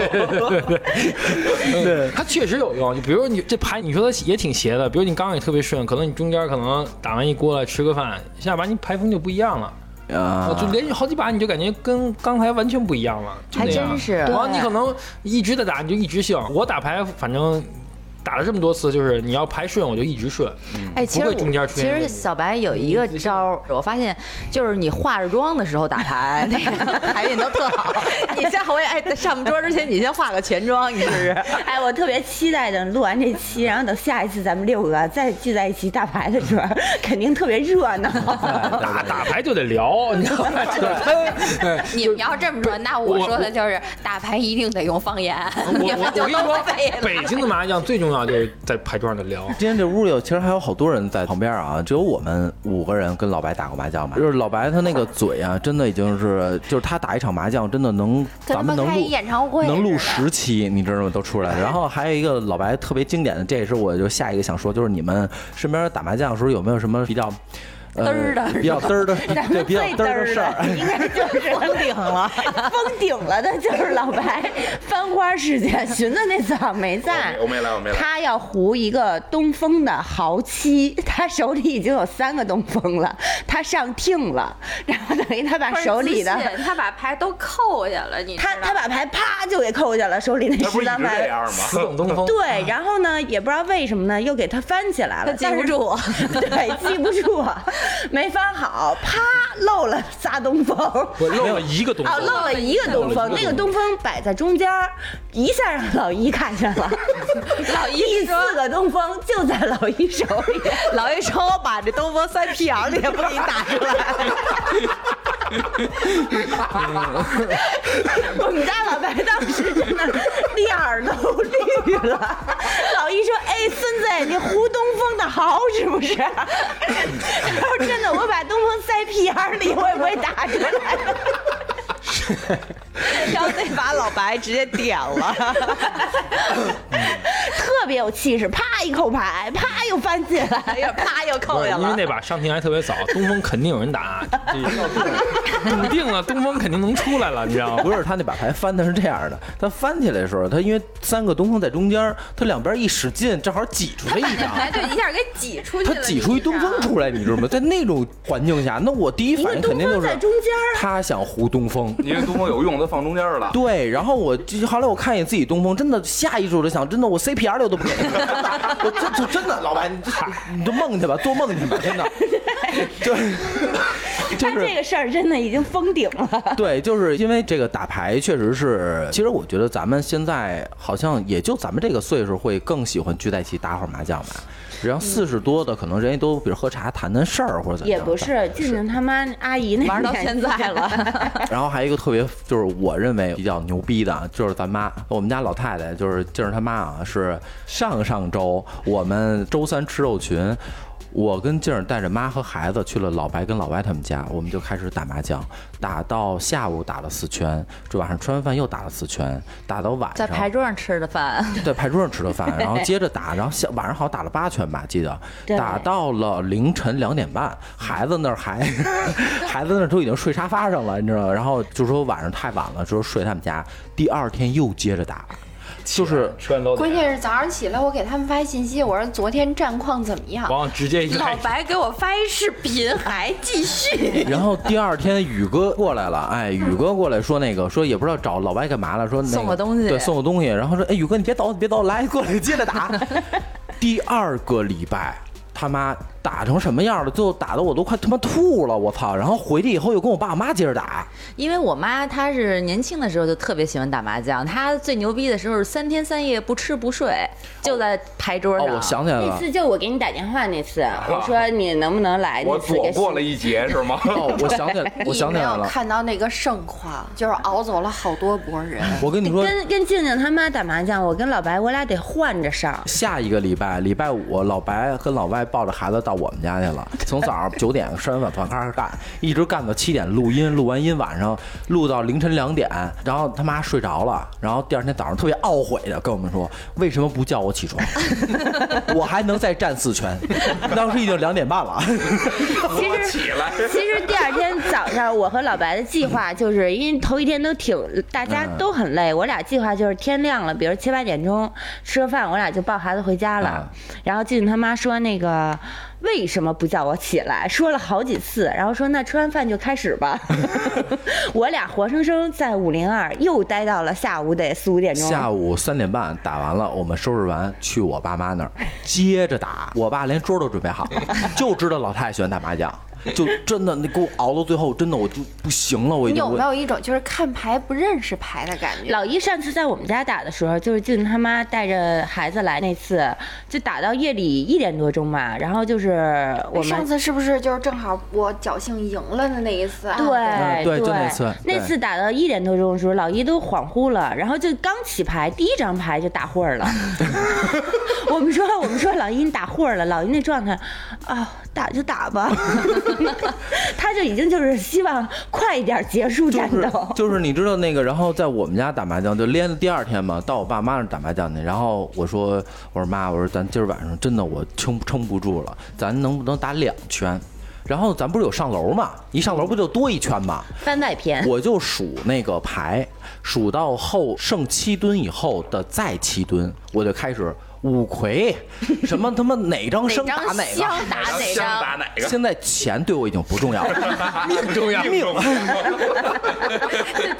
Speaker 4: 对，它确实有用。就比如你这牌，你说它也挺邪的，比如你刚刚也特别顺，可能你中间可能打完一锅了，吃个饭，一下把你牌风就不一样了，
Speaker 1: 啊
Speaker 4: 啊，就连续好几把，你就感觉跟刚才完全不一样了，就
Speaker 3: 还
Speaker 4: 那样
Speaker 3: 真是
Speaker 4: 然后你可能一直在打，你就一直性。我打牌，反正。打了这么多次，就是你要牌顺，我就一直顺。
Speaker 3: 哎，其
Speaker 4: 不
Speaker 3: 实
Speaker 4: 会
Speaker 3: 我
Speaker 4: 中间出
Speaker 3: 其
Speaker 4: 现问
Speaker 3: 实
Speaker 4: 题
Speaker 3: 小白有一个招儿，我发现就是你化着妆的时候打牌，那个 牌运都特好。你下回哎，在上桌之前你先化个全妆，你试试。
Speaker 5: 哎，我特别期待等录完这 期，然后等下一次咱们六个再聚在一起打牌的时 候，肯定特别热闹。
Speaker 4: 打打牌就得 聊，你知道吗？对，
Speaker 6: 你们要这么说，那我说的就是打牌一定得用方言，
Speaker 4: 我我
Speaker 6: 你
Speaker 4: 我
Speaker 6: 们
Speaker 4: 跟
Speaker 6: 就
Speaker 4: 你
Speaker 6: 都
Speaker 4: 说
Speaker 6: 背，了。
Speaker 4: 北京的麻将最重要就是在牌桌上的 聊。
Speaker 1: 今天这屋里有，其实还有好多人在旁边啊，只有我们五个人跟老白打过麻将吧。就是老白他那个嘴啊，真的已经是，就是他打一场麻将真的能，
Speaker 6: 跟
Speaker 1: 咱们能
Speaker 6: 他们
Speaker 1: 录
Speaker 6: 开演唱会
Speaker 1: 能录
Speaker 6: 似
Speaker 1: 十
Speaker 6: 的
Speaker 1: 期，你知道吗？都出来了。然后还有一个老白特别经典的，这也是我就下一个想说，就是你们身边打麻将的时候有没有什么比较？呃
Speaker 3: 嘚儿的
Speaker 1: 比较嘚儿的，对，比较
Speaker 5: 最
Speaker 1: 嘚儿的事儿。
Speaker 5: 应该 就是封顶了，封顶了的就是老白 翻花事件。寻思那早没在，
Speaker 2: 我没来，我没来。
Speaker 5: 他要胡一个东风的豪七， 他手里已经有三个东风了，他上听了， 然后等于他把 手里的
Speaker 6: 不是自信他把牌都扣下了，你知
Speaker 5: 他
Speaker 6: 道
Speaker 5: 他把牌啪就给扣下了，手里那
Speaker 2: 他不是一直
Speaker 5: 十张
Speaker 2: 这
Speaker 5: 牌。
Speaker 2: 样吗？
Speaker 4: 死等东风，
Speaker 5: 对，然后呢，也不知道为什么呢，又给他翻起来了，
Speaker 3: 记不
Speaker 5: 但是
Speaker 3: 住，
Speaker 5: 对，记不住，没翻好，啪漏了仨东风，
Speaker 4: 我啊漏了一个东
Speaker 5: 哦，
Speaker 4: 风，
Speaker 5: 漏了一个东风，那个东风摆在中间儿，一下让老一看见了。
Speaker 6: 老一
Speaker 5: 第
Speaker 6: 说
Speaker 5: 四个东风就在老一手里，
Speaker 3: 老一说我把这东风塞屁眼儿里，也不给你打出来。
Speaker 5: 我们家老白当时真的脸儿都绿了。老一说：“哎，孙子，你胡东风的好是不是？”他说：“真的，我把东风塞屁眼儿里，我也不会打出来。”
Speaker 3: 然后那把老白直接点了，
Speaker 5: 特别有气势，啪一扣牌，啪又翻起来，
Speaker 3: 又啪又
Speaker 4: 不
Speaker 3: 扣
Speaker 4: 是
Speaker 3: 下
Speaker 4: 因为
Speaker 3: 了。
Speaker 4: 那把上庭还特别早，东风肯定有人 打，这笃定了，东风肯定能出来了，你知 道吗？
Speaker 1: 啊不是他那把牌翻，他是这样的，他翻起来的时候，他因为三个东风在中间儿，他两边一使劲，正好挤出来一张。
Speaker 6: 牌就一下给挤出去
Speaker 1: 他
Speaker 6: 了，
Speaker 1: 挤出一
Speaker 6: 你知道
Speaker 1: 东
Speaker 6: 吗
Speaker 1: 风出来，你知道吗？在那种环境下，那我第一反应肯定就
Speaker 5: 一个东风
Speaker 1: 是
Speaker 5: 在中间儿
Speaker 1: 他想胡东风。
Speaker 2: 因为东风有用，他放中间了。
Speaker 1: 对，然后我就后来我看见自己东风，真的下意识我就想，真的我 CPR 六都不给，真的我真 就真的老白，你就你就梦去吧，做梦去吧，真的，就是就
Speaker 5: 他
Speaker 1: 是
Speaker 5: 这个事儿真的已经封顶 了。
Speaker 1: 对，就是因为这个打牌确实是，其实我觉得咱们现在好像也就咱们这个岁数会更喜欢聚在一起打会儿麻将吧。然后四十多的，可能人家都比如喝茶谈谈事儿或者怎么
Speaker 5: 嗯也
Speaker 1: 样。
Speaker 5: 不是，静静他妈阿姨那
Speaker 3: 玩到现在了，
Speaker 1: 然后还有一个特别，就是我认为比较牛逼的啊，就是咱妈，我们家老太太，就是静儿她妈啊，是上上周我们周三吃肉群。我跟静儿带着妈和孩子去了老白跟老歪他们家，我们就开始打麻将，打到下午打了四圈，这晚上吃完饭又打了四圈，打到晚上
Speaker 3: 在牌桌上吃的饭，
Speaker 1: 在牌桌上吃的饭，然后接着打，然后下晚上好像打了八圈吧，记得
Speaker 5: 对
Speaker 1: 打到了凌晨两点半，孩子那儿还孩子那儿都已经睡沙发上了，你知道吗？然后就说晚上太晚了，就说睡他们家，第二天又接着打，就是
Speaker 4: 吃完早
Speaker 6: 关
Speaker 4: 点，
Speaker 6: 键是早上起来，我给他们发信息，我说昨天战况怎么样？
Speaker 4: 往直接一
Speaker 6: 老
Speaker 4: 开
Speaker 6: 白给我发一视频，还继 续。
Speaker 1: 然后第二天宇哥过来了，哎，宇哥过来说那个说也不知道找老白干嘛了，说、那个、
Speaker 3: 送个东西
Speaker 1: 对，送个东西。然后说，哎，宇哥你别走，你别走，来过来接着打。第二个礼拜。他妈打成什么样了？最后打的我都快他妈吐了，我操！然后回去以后又跟我爸我妈接着打，
Speaker 3: 因为我妈她是年轻的时候就特别喜欢打麻将，她最牛逼的时候是三天三夜不吃不睡，就在牌桌
Speaker 1: 哦，
Speaker 3: 上。
Speaker 1: 我想起来
Speaker 5: 那
Speaker 1: 了，
Speaker 5: 次就我给你打电话那次，我说你能不能来？
Speaker 2: 我
Speaker 5: 那次
Speaker 2: 躲
Speaker 5: 给
Speaker 2: 过了一劫是吗？
Speaker 1: 哦，我想起来，我想
Speaker 6: 你
Speaker 1: 起
Speaker 6: 没
Speaker 1: 来
Speaker 6: 有
Speaker 1: 了。
Speaker 6: 看到那个盛况，就是熬走了好多波人。
Speaker 1: 我跟你说，
Speaker 5: 跟跟静静他妈打麻将，我跟老白我俩得换着上。
Speaker 1: 下一个礼拜，礼拜五，老白跟老外抱着孩子到我们家去了，从早上九点吃完晚饭开始干，一直干到七点录音，录完音晚上录到凌晨两点，然后他妈睡着了，然后第二天早上特别懊悔的跟我们说，为什么不叫我起床？我还能再站四圈，当时已经两点半了。
Speaker 5: 其实起来，其实第二天早上，我和老白的计划就是因为头一天都挺，大家都很累，我俩计划就是天亮了，比如七八点钟吃完饭，我俩就抱孩子回家
Speaker 1: 啊
Speaker 5: 了。然后静静他妈说那个。为什么不叫我起来？说了好几次，然后说那吃完饭就开始 吧。我俩活生生在五零二又待到了下午得四五点钟。
Speaker 1: 下午三点半打完了，我们收拾完去我爸妈那儿接着打。我爸连桌都准备好了，就知道老太太喜欢打麻将，就真的那给我熬到最后，真的我就不行了，我已
Speaker 6: 你
Speaker 1: 经
Speaker 6: 有没有一种就是看牌不认识牌的感觉？
Speaker 5: 老一上次在我们家打的时候，就是静他妈带着孩子来那次，就打到夜里一点多钟吧。然后就是
Speaker 6: 哎
Speaker 5: 我
Speaker 6: 上
Speaker 5: 们
Speaker 6: 次是不是就是正好我侥幸赢了的那一次啊？
Speaker 5: 对
Speaker 1: 嗯对就那次对
Speaker 5: 那次打到一点多钟的时候，老一都恍惚了，然后就刚起牌，第一张牌就打混 儿了。我们说我们说老一你打混儿了，老一那状态啊，打就打 吧，他就已经就是希望快一点结束
Speaker 1: 就
Speaker 5: 战
Speaker 1: 是
Speaker 5: 斗。
Speaker 1: 就是你知道那个，然后在我们家打麻将，就连着第二天嘛，到我爸妈那儿打麻将去。然后我说我说妈，我说咱今儿晚上真的我撑撑不住了，咱能不能打两圈？然后咱不是有上楼嘛，一上楼不就多一圈嘛？
Speaker 5: 番外篇，
Speaker 1: 我就数那个牌，数到后剩七吨以后的再七吨，我就开始五 魁，什么他妈哪张生
Speaker 6: 哪
Speaker 1: 打
Speaker 6: 张
Speaker 1: 哪
Speaker 6: 香
Speaker 1: 个。
Speaker 6: 打哪
Speaker 2: 想
Speaker 6: 张？
Speaker 2: 打哪个？
Speaker 1: 现在钱对我已经不重要 了，
Speaker 4: 命重 要，命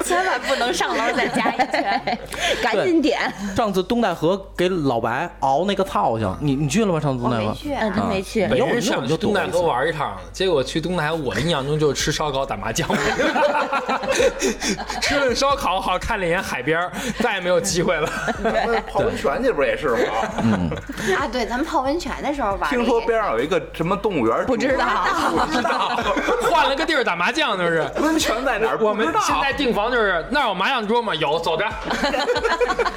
Speaker 3: 千万不能上楼再加一圈。
Speaker 5: 赶紧点。
Speaker 1: 上次东戴河给老白熬那个操性，你你去了吗？上次
Speaker 6: 我
Speaker 1: 东戴
Speaker 6: 没
Speaker 1: 河，啊
Speaker 6: 去。
Speaker 5: 嗯，他没去。
Speaker 1: 没
Speaker 4: 本
Speaker 1: 有
Speaker 4: 人
Speaker 1: 你怎
Speaker 4: 想
Speaker 1: 么
Speaker 4: 去
Speaker 1: 就
Speaker 4: 东
Speaker 1: 躲
Speaker 4: 大
Speaker 1: 一
Speaker 4: 河
Speaker 1: 次
Speaker 4: 玩一趟，结果去东大河，我的印象中就是吃烧烤、打麻将，吃了烧烤，好看了一眼海边儿，再也没有机会了。
Speaker 2: 那泡温泉去不是也是吗？
Speaker 6: 啊，对，咱们泡温泉的时候玩。
Speaker 2: 听说边上有一个什么动物园，
Speaker 3: 不知道，
Speaker 2: 不知道
Speaker 4: 换了个地儿打麻将，就是。
Speaker 2: 温泉在哪儿？
Speaker 4: 我
Speaker 2: 不
Speaker 4: 们
Speaker 2: 知道。啊
Speaker 4: 现在订房就是那儿有麻将桌吗？有，走着。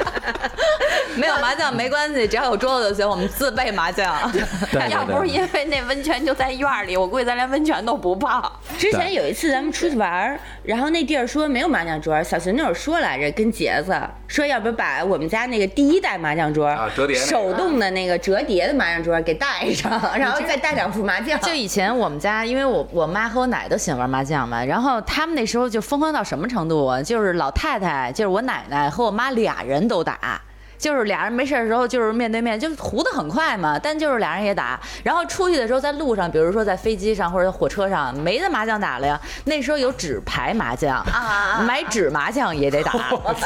Speaker 3: 没有麻将没关系，只要有桌子就行，我们自备麻将。
Speaker 1: 对对对
Speaker 6: 要不是因为那温泉就在院儿里，我估计咱连温泉都不泡。
Speaker 5: 之前有一次咱们出去玩儿，然后那地儿说没有麻将桌儿，小熊那会儿说来着，跟杰子说，要不把我们家那个第一代麻将桌儿
Speaker 2: 啊折叠那个
Speaker 5: 手动的那个折叠的麻将桌儿给带上，然后再带两副麻将。
Speaker 3: 就以前我们家，因为我我妈和我奶都喜欢玩麻将嘛，然后他们那时候就疯狂到什么程度啊？就是老太太，就是我奶奶和我妈俩人都打。就是俩人没事的时候，就是面对面，就是糊的很快嘛。但就是俩人也打，然后出去的时候在路上，比如说在飞机上或者火车上，没得麻将打了呀。那时候有纸牌麻将，
Speaker 6: 啊
Speaker 3: 买纸麻将也得 打，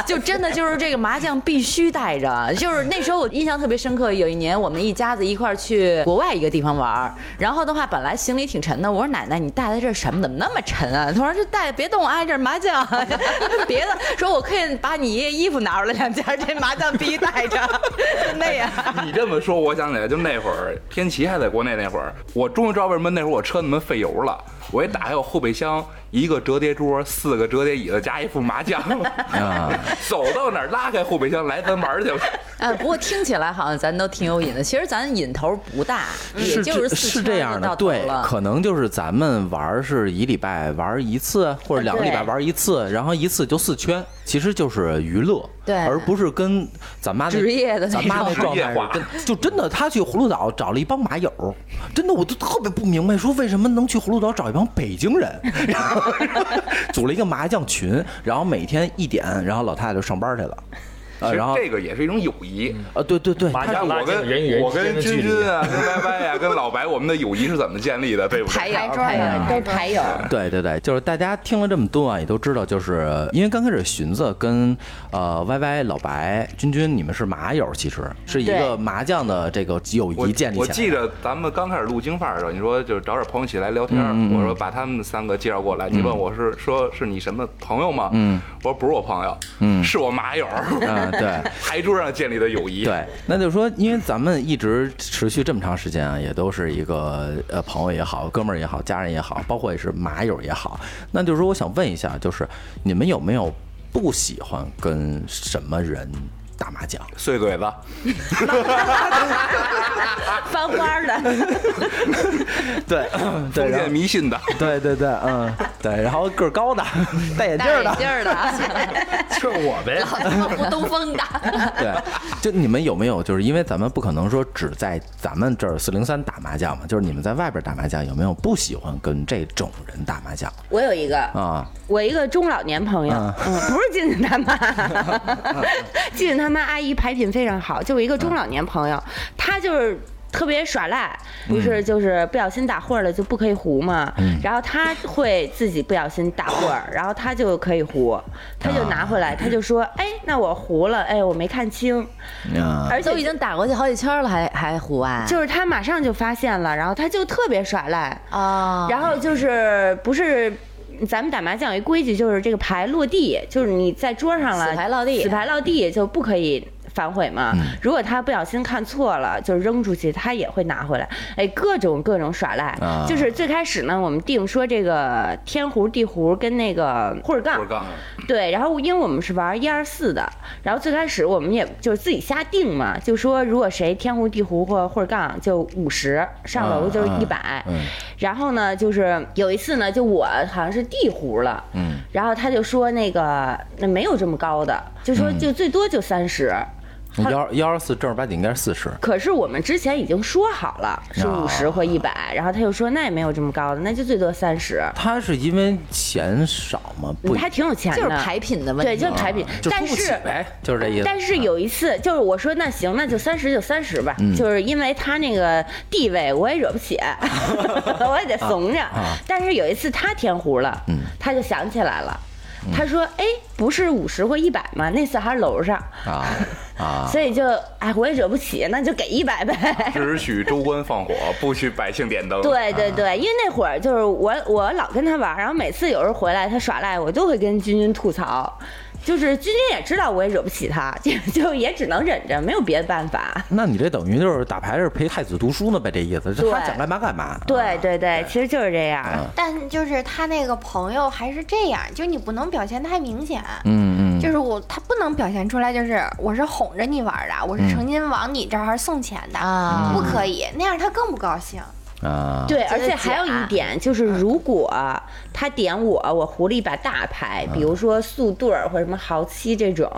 Speaker 3: 就真的就是这个麻将必须带着。就是那时候我印象特别深刻，有一年我们一家子一块儿去国外一个地方玩儿，然后的话本来行李挺沉的，我说奶奶你带的这什么怎么那么沉啊？ 她说这带别动啊，这是麻将， 别的说我可以把你爷爷衣服拿出来两件儿，这麻将必须带着， 那样。
Speaker 2: 你这么说，我想起来，就那会儿天琪还在国内那会儿，我终于知道为什么那会儿我车那么费油了。我一打开我后备箱，一个折叠桌，四个折叠椅子，加一副麻将，
Speaker 1: 啊，
Speaker 2: 走到哪儿拉开后备箱来咱玩儿去。
Speaker 3: 哎，不过听起来好像咱都挺有瘾的，其实咱瘾头不大，也就是
Speaker 1: 这
Speaker 3: 四
Speaker 1: 是
Speaker 3: 圈
Speaker 1: 这
Speaker 3: 就
Speaker 1: 样的，
Speaker 3: 到头
Speaker 1: 对，
Speaker 3: 了
Speaker 1: 可能就是咱们玩儿是一礼拜玩儿一次，或
Speaker 3: 哎
Speaker 1: 者两个礼拜
Speaker 5: 对
Speaker 1: 玩儿一次，然后一次就四圈，其实就是娱乐，
Speaker 3: 对
Speaker 1: 而不是跟咱妈那
Speaker 3: 职业的那
Speaker 1: 咱妈那
Speaker 3: 种
Speaker 1: 状态
Speaker 2: 职业化
Speaker 1: 是跟，就真的他去葫芦岛找了一帮马友，真的我都特别不明白，说为什么能去葫芦岛找一帮北京人，然后组了一个麻将群，然后每天一点，然后老太太就上班去了，
Speaker 2: 其
Speaker 1: 呃，
Speaker 2: 实
Speaker 1: 然后
Speaker 2: 这个也是一种友谊。
Speaker 1: 呃，对对对，
Speaker 4: 麻
Speaker 1: 他
Speaker 2: 你
Speaker 4: 将
Speaker 2: 看我
Speaker 4: 拉
Speaker 2: 跟
Speaker 4: 近人与人
Speaker 2: 我
Speaker 4: 之间
Speaker 2: 跟
Speaker 4: 的距
Speaker 2: 君
Speaker 4: 离
Speaker 2: 君啊，跟歪歪呀，跟老白，我们的友谊是怎么建立的？对不对？
Speaker 3: 牌友
Speaker 5: 牌桌
Speaker 3: 牌
Speaker 5: 儿
Speaker 3: 友
Speaker 5: 都是牌友，
Speaker 1: 对对对，就是大家听了这么多啊，也都知道，就是呃因为刚开始寻子跟呃 Y Y 老白君君，你们是麻友，其实是一个
Speaker 5: 对
Speaker 1: 麻将的这个友
Speaker 2: 我
Speaker 1: 谊建立
Speaker 2: 我
Speaker 1: 起
Speaker 2: 记
Speaker 1: 来的。
Speaker 2: 着咱们刚开始录京范儿的时候，你说就是找点朋友一起来聊天儿，
Speaker 1: 嗯
Speaker 2: 我说把他们三个介绍过来，你问我是说是你什么朋友吗？嗯，我说不是我朋友，嗯，是我麻友 儿，
Speaker 1: 嗯，对。
Speaker 2: 牌桌上建立的友谊。
Speaker 1: 对，那就是说，因为咱们一直持续这么长时间啊，也都是一个呃朋友也好，哥们儿也好，家人也好，包括也是麻友也好。那就是说，我想问一下，就是你们有没有不喜欢跟什么人打麻将？
Speaker 2: 碎嘴子，
Speaker 5: 翻花的，
Speaker 1: 对，
Speaker 2: 封建迷信的，
Speaker 1: 对对对，嗯，对，然后个儿高的，戴眼镜
Speaker 6: 戴
Speaker 1: 儿
Speaker 6: 眼
Speaker 1: 的，
Speaker 6: 镜儿的，
Speaker 4: 就是我呗。
Speaker 6: 好像 不兜风的，
Speaker 1: 对，就你们有没有就是因为咱们不可能说只在咱们这儿四零三打麻将嘛，就是你们在外边打麻将有没有不喜欢跟这种人打麻将
Speaker 5: 我有一个，
Speaker 1: 啊？
Speaker 5: 我一个中老年朋友，嗯，不是近近他妈， 近近他妈阿姨牌品非常好，就我一个中老年朋友，她就是。特别耍赖，不是就是不小心打混儿了就不可以胡嘛，然后她会自己不小心打混儿，然后她就可以胡，她就拿回来，她就说，哎，那我胡了，哎，我没看清，
Speaker 1: 啊，
Speaker 5: 而且
Speaker 3: 都已经打过去好几圈了，还还胡啊？
Speaker 5: 就是她马上就发现了，然后她就特别耍赖，
Speaker 3: 啊，
Speaker 5: 然后就是不是。咱们打麻将有一规矩，就是这个牌落地，就是你在桌上了，
Speaker 3: 死牌落地
Speaker 5: 死牌落地就不可以反悔嘛。
Speaker 1: 嗯
Speaker 5: 如果他不小心看错了，就是扔出去，他也会拿回来。哎，各种各种耍赖，
Speaker 1: 啊
Speaker 5: 就是最开始呢，我们定说这个天胡、地胡跟那个混儿杠，
Speaker 2: 不是杠，
Speaker 5: 对，然后因为我们是玩一二四的，然后最开始我们也就是自己瞎定嘛，就说如果谁天胡地胡或或者杠就五十，上楼就是
Speaker 1: 嗯嗯
Speaker 5: 一百、
Speaker 1: 嗯
Speaker 5: 然后呢，就是有一次呢，就我好像是地胡了，
Speaker 1: 嗯，
Speaker 5: 然后他就说那个那没有这么高的，就说就最多就三十、
Speaker 1: 幺幺二四正儿八经应该是四十，
Speaker 5: 可是我们之前已经说好了是
Speaker 1: 啊
Speaker 5: 五十或一百，然后他就说那也没有这么高的，那就最多三十。
Speaker 1: 他是因为钱少吗？不，
Speaker 5: 嗯他挺有钱的，
Speaker 3: 就是牌品的问
Speaker 5: 对，
Speaker 3: 题，
Speaker 5: 就是牌品，
Speaker 1: 就
Speaker 5: 但
Speaker 1: 输不起
Speaker 5: 是
Speaker 1: 呗，就是这意思。
Speaker 5: 但是有一次，就是我说那行，那就三十就三十吧，
Speaker 1: 嗯
Speaker 5: 就是因为他那个地位我也惹 不起，我也得怂着。
Speaker 1: 啊
Speaker 5: 但是有一次他填糊了，
Speaker 1: 嗯
Speaker 5: 他就想起来了，他说：“哎，不是五十或一百吗？那次还是楼上，
Speaker 1: 啊啊，
Speaker 5: 所以就哎我也惹不起，那就给一百呗。”
Speaker 2: 只许州官放火，不许百姓点灯。，
Speaker 5: 对对对，因为那会儿就是我我老跟他玩儿，然后每次有时候回来他耍赖，我就会跟君君吐槽。就是君君也知道我也惹不起他， 就就也只能忍着，没有别的办法。
Speaker 1: 那你这等于就是打牌是陪太子读书呢呗，这意思，这他
Speaker 5: 对
Speaker 1: 想干嘛干嘛。
Speaker 5: 对对对，嗯其实就是这样。
Speaker 6: 但就是他那个朋友还是这样，就是你不能表现太明显，
Speaker 1: 嗯嗯，
Speaker 6: 就是我他不能表现出来，就是我是哄着你玩儿的，我是成心往你这儿送钱的，
Speaker 3: 啊
Speaker 6: 不可以，那样他更不高兴。
Speaker 1: 啊，
Speaker 5: 对，
Speaker 3: 觉
Speaker 5: 而
Speaker 3: 得
Speaker 5: 且还有
Speaker 3: 假
Speaker 5: 一点就是，如果他点我，我胡了一把大牌，嗯比如说宿对儿或者什么豪七这种，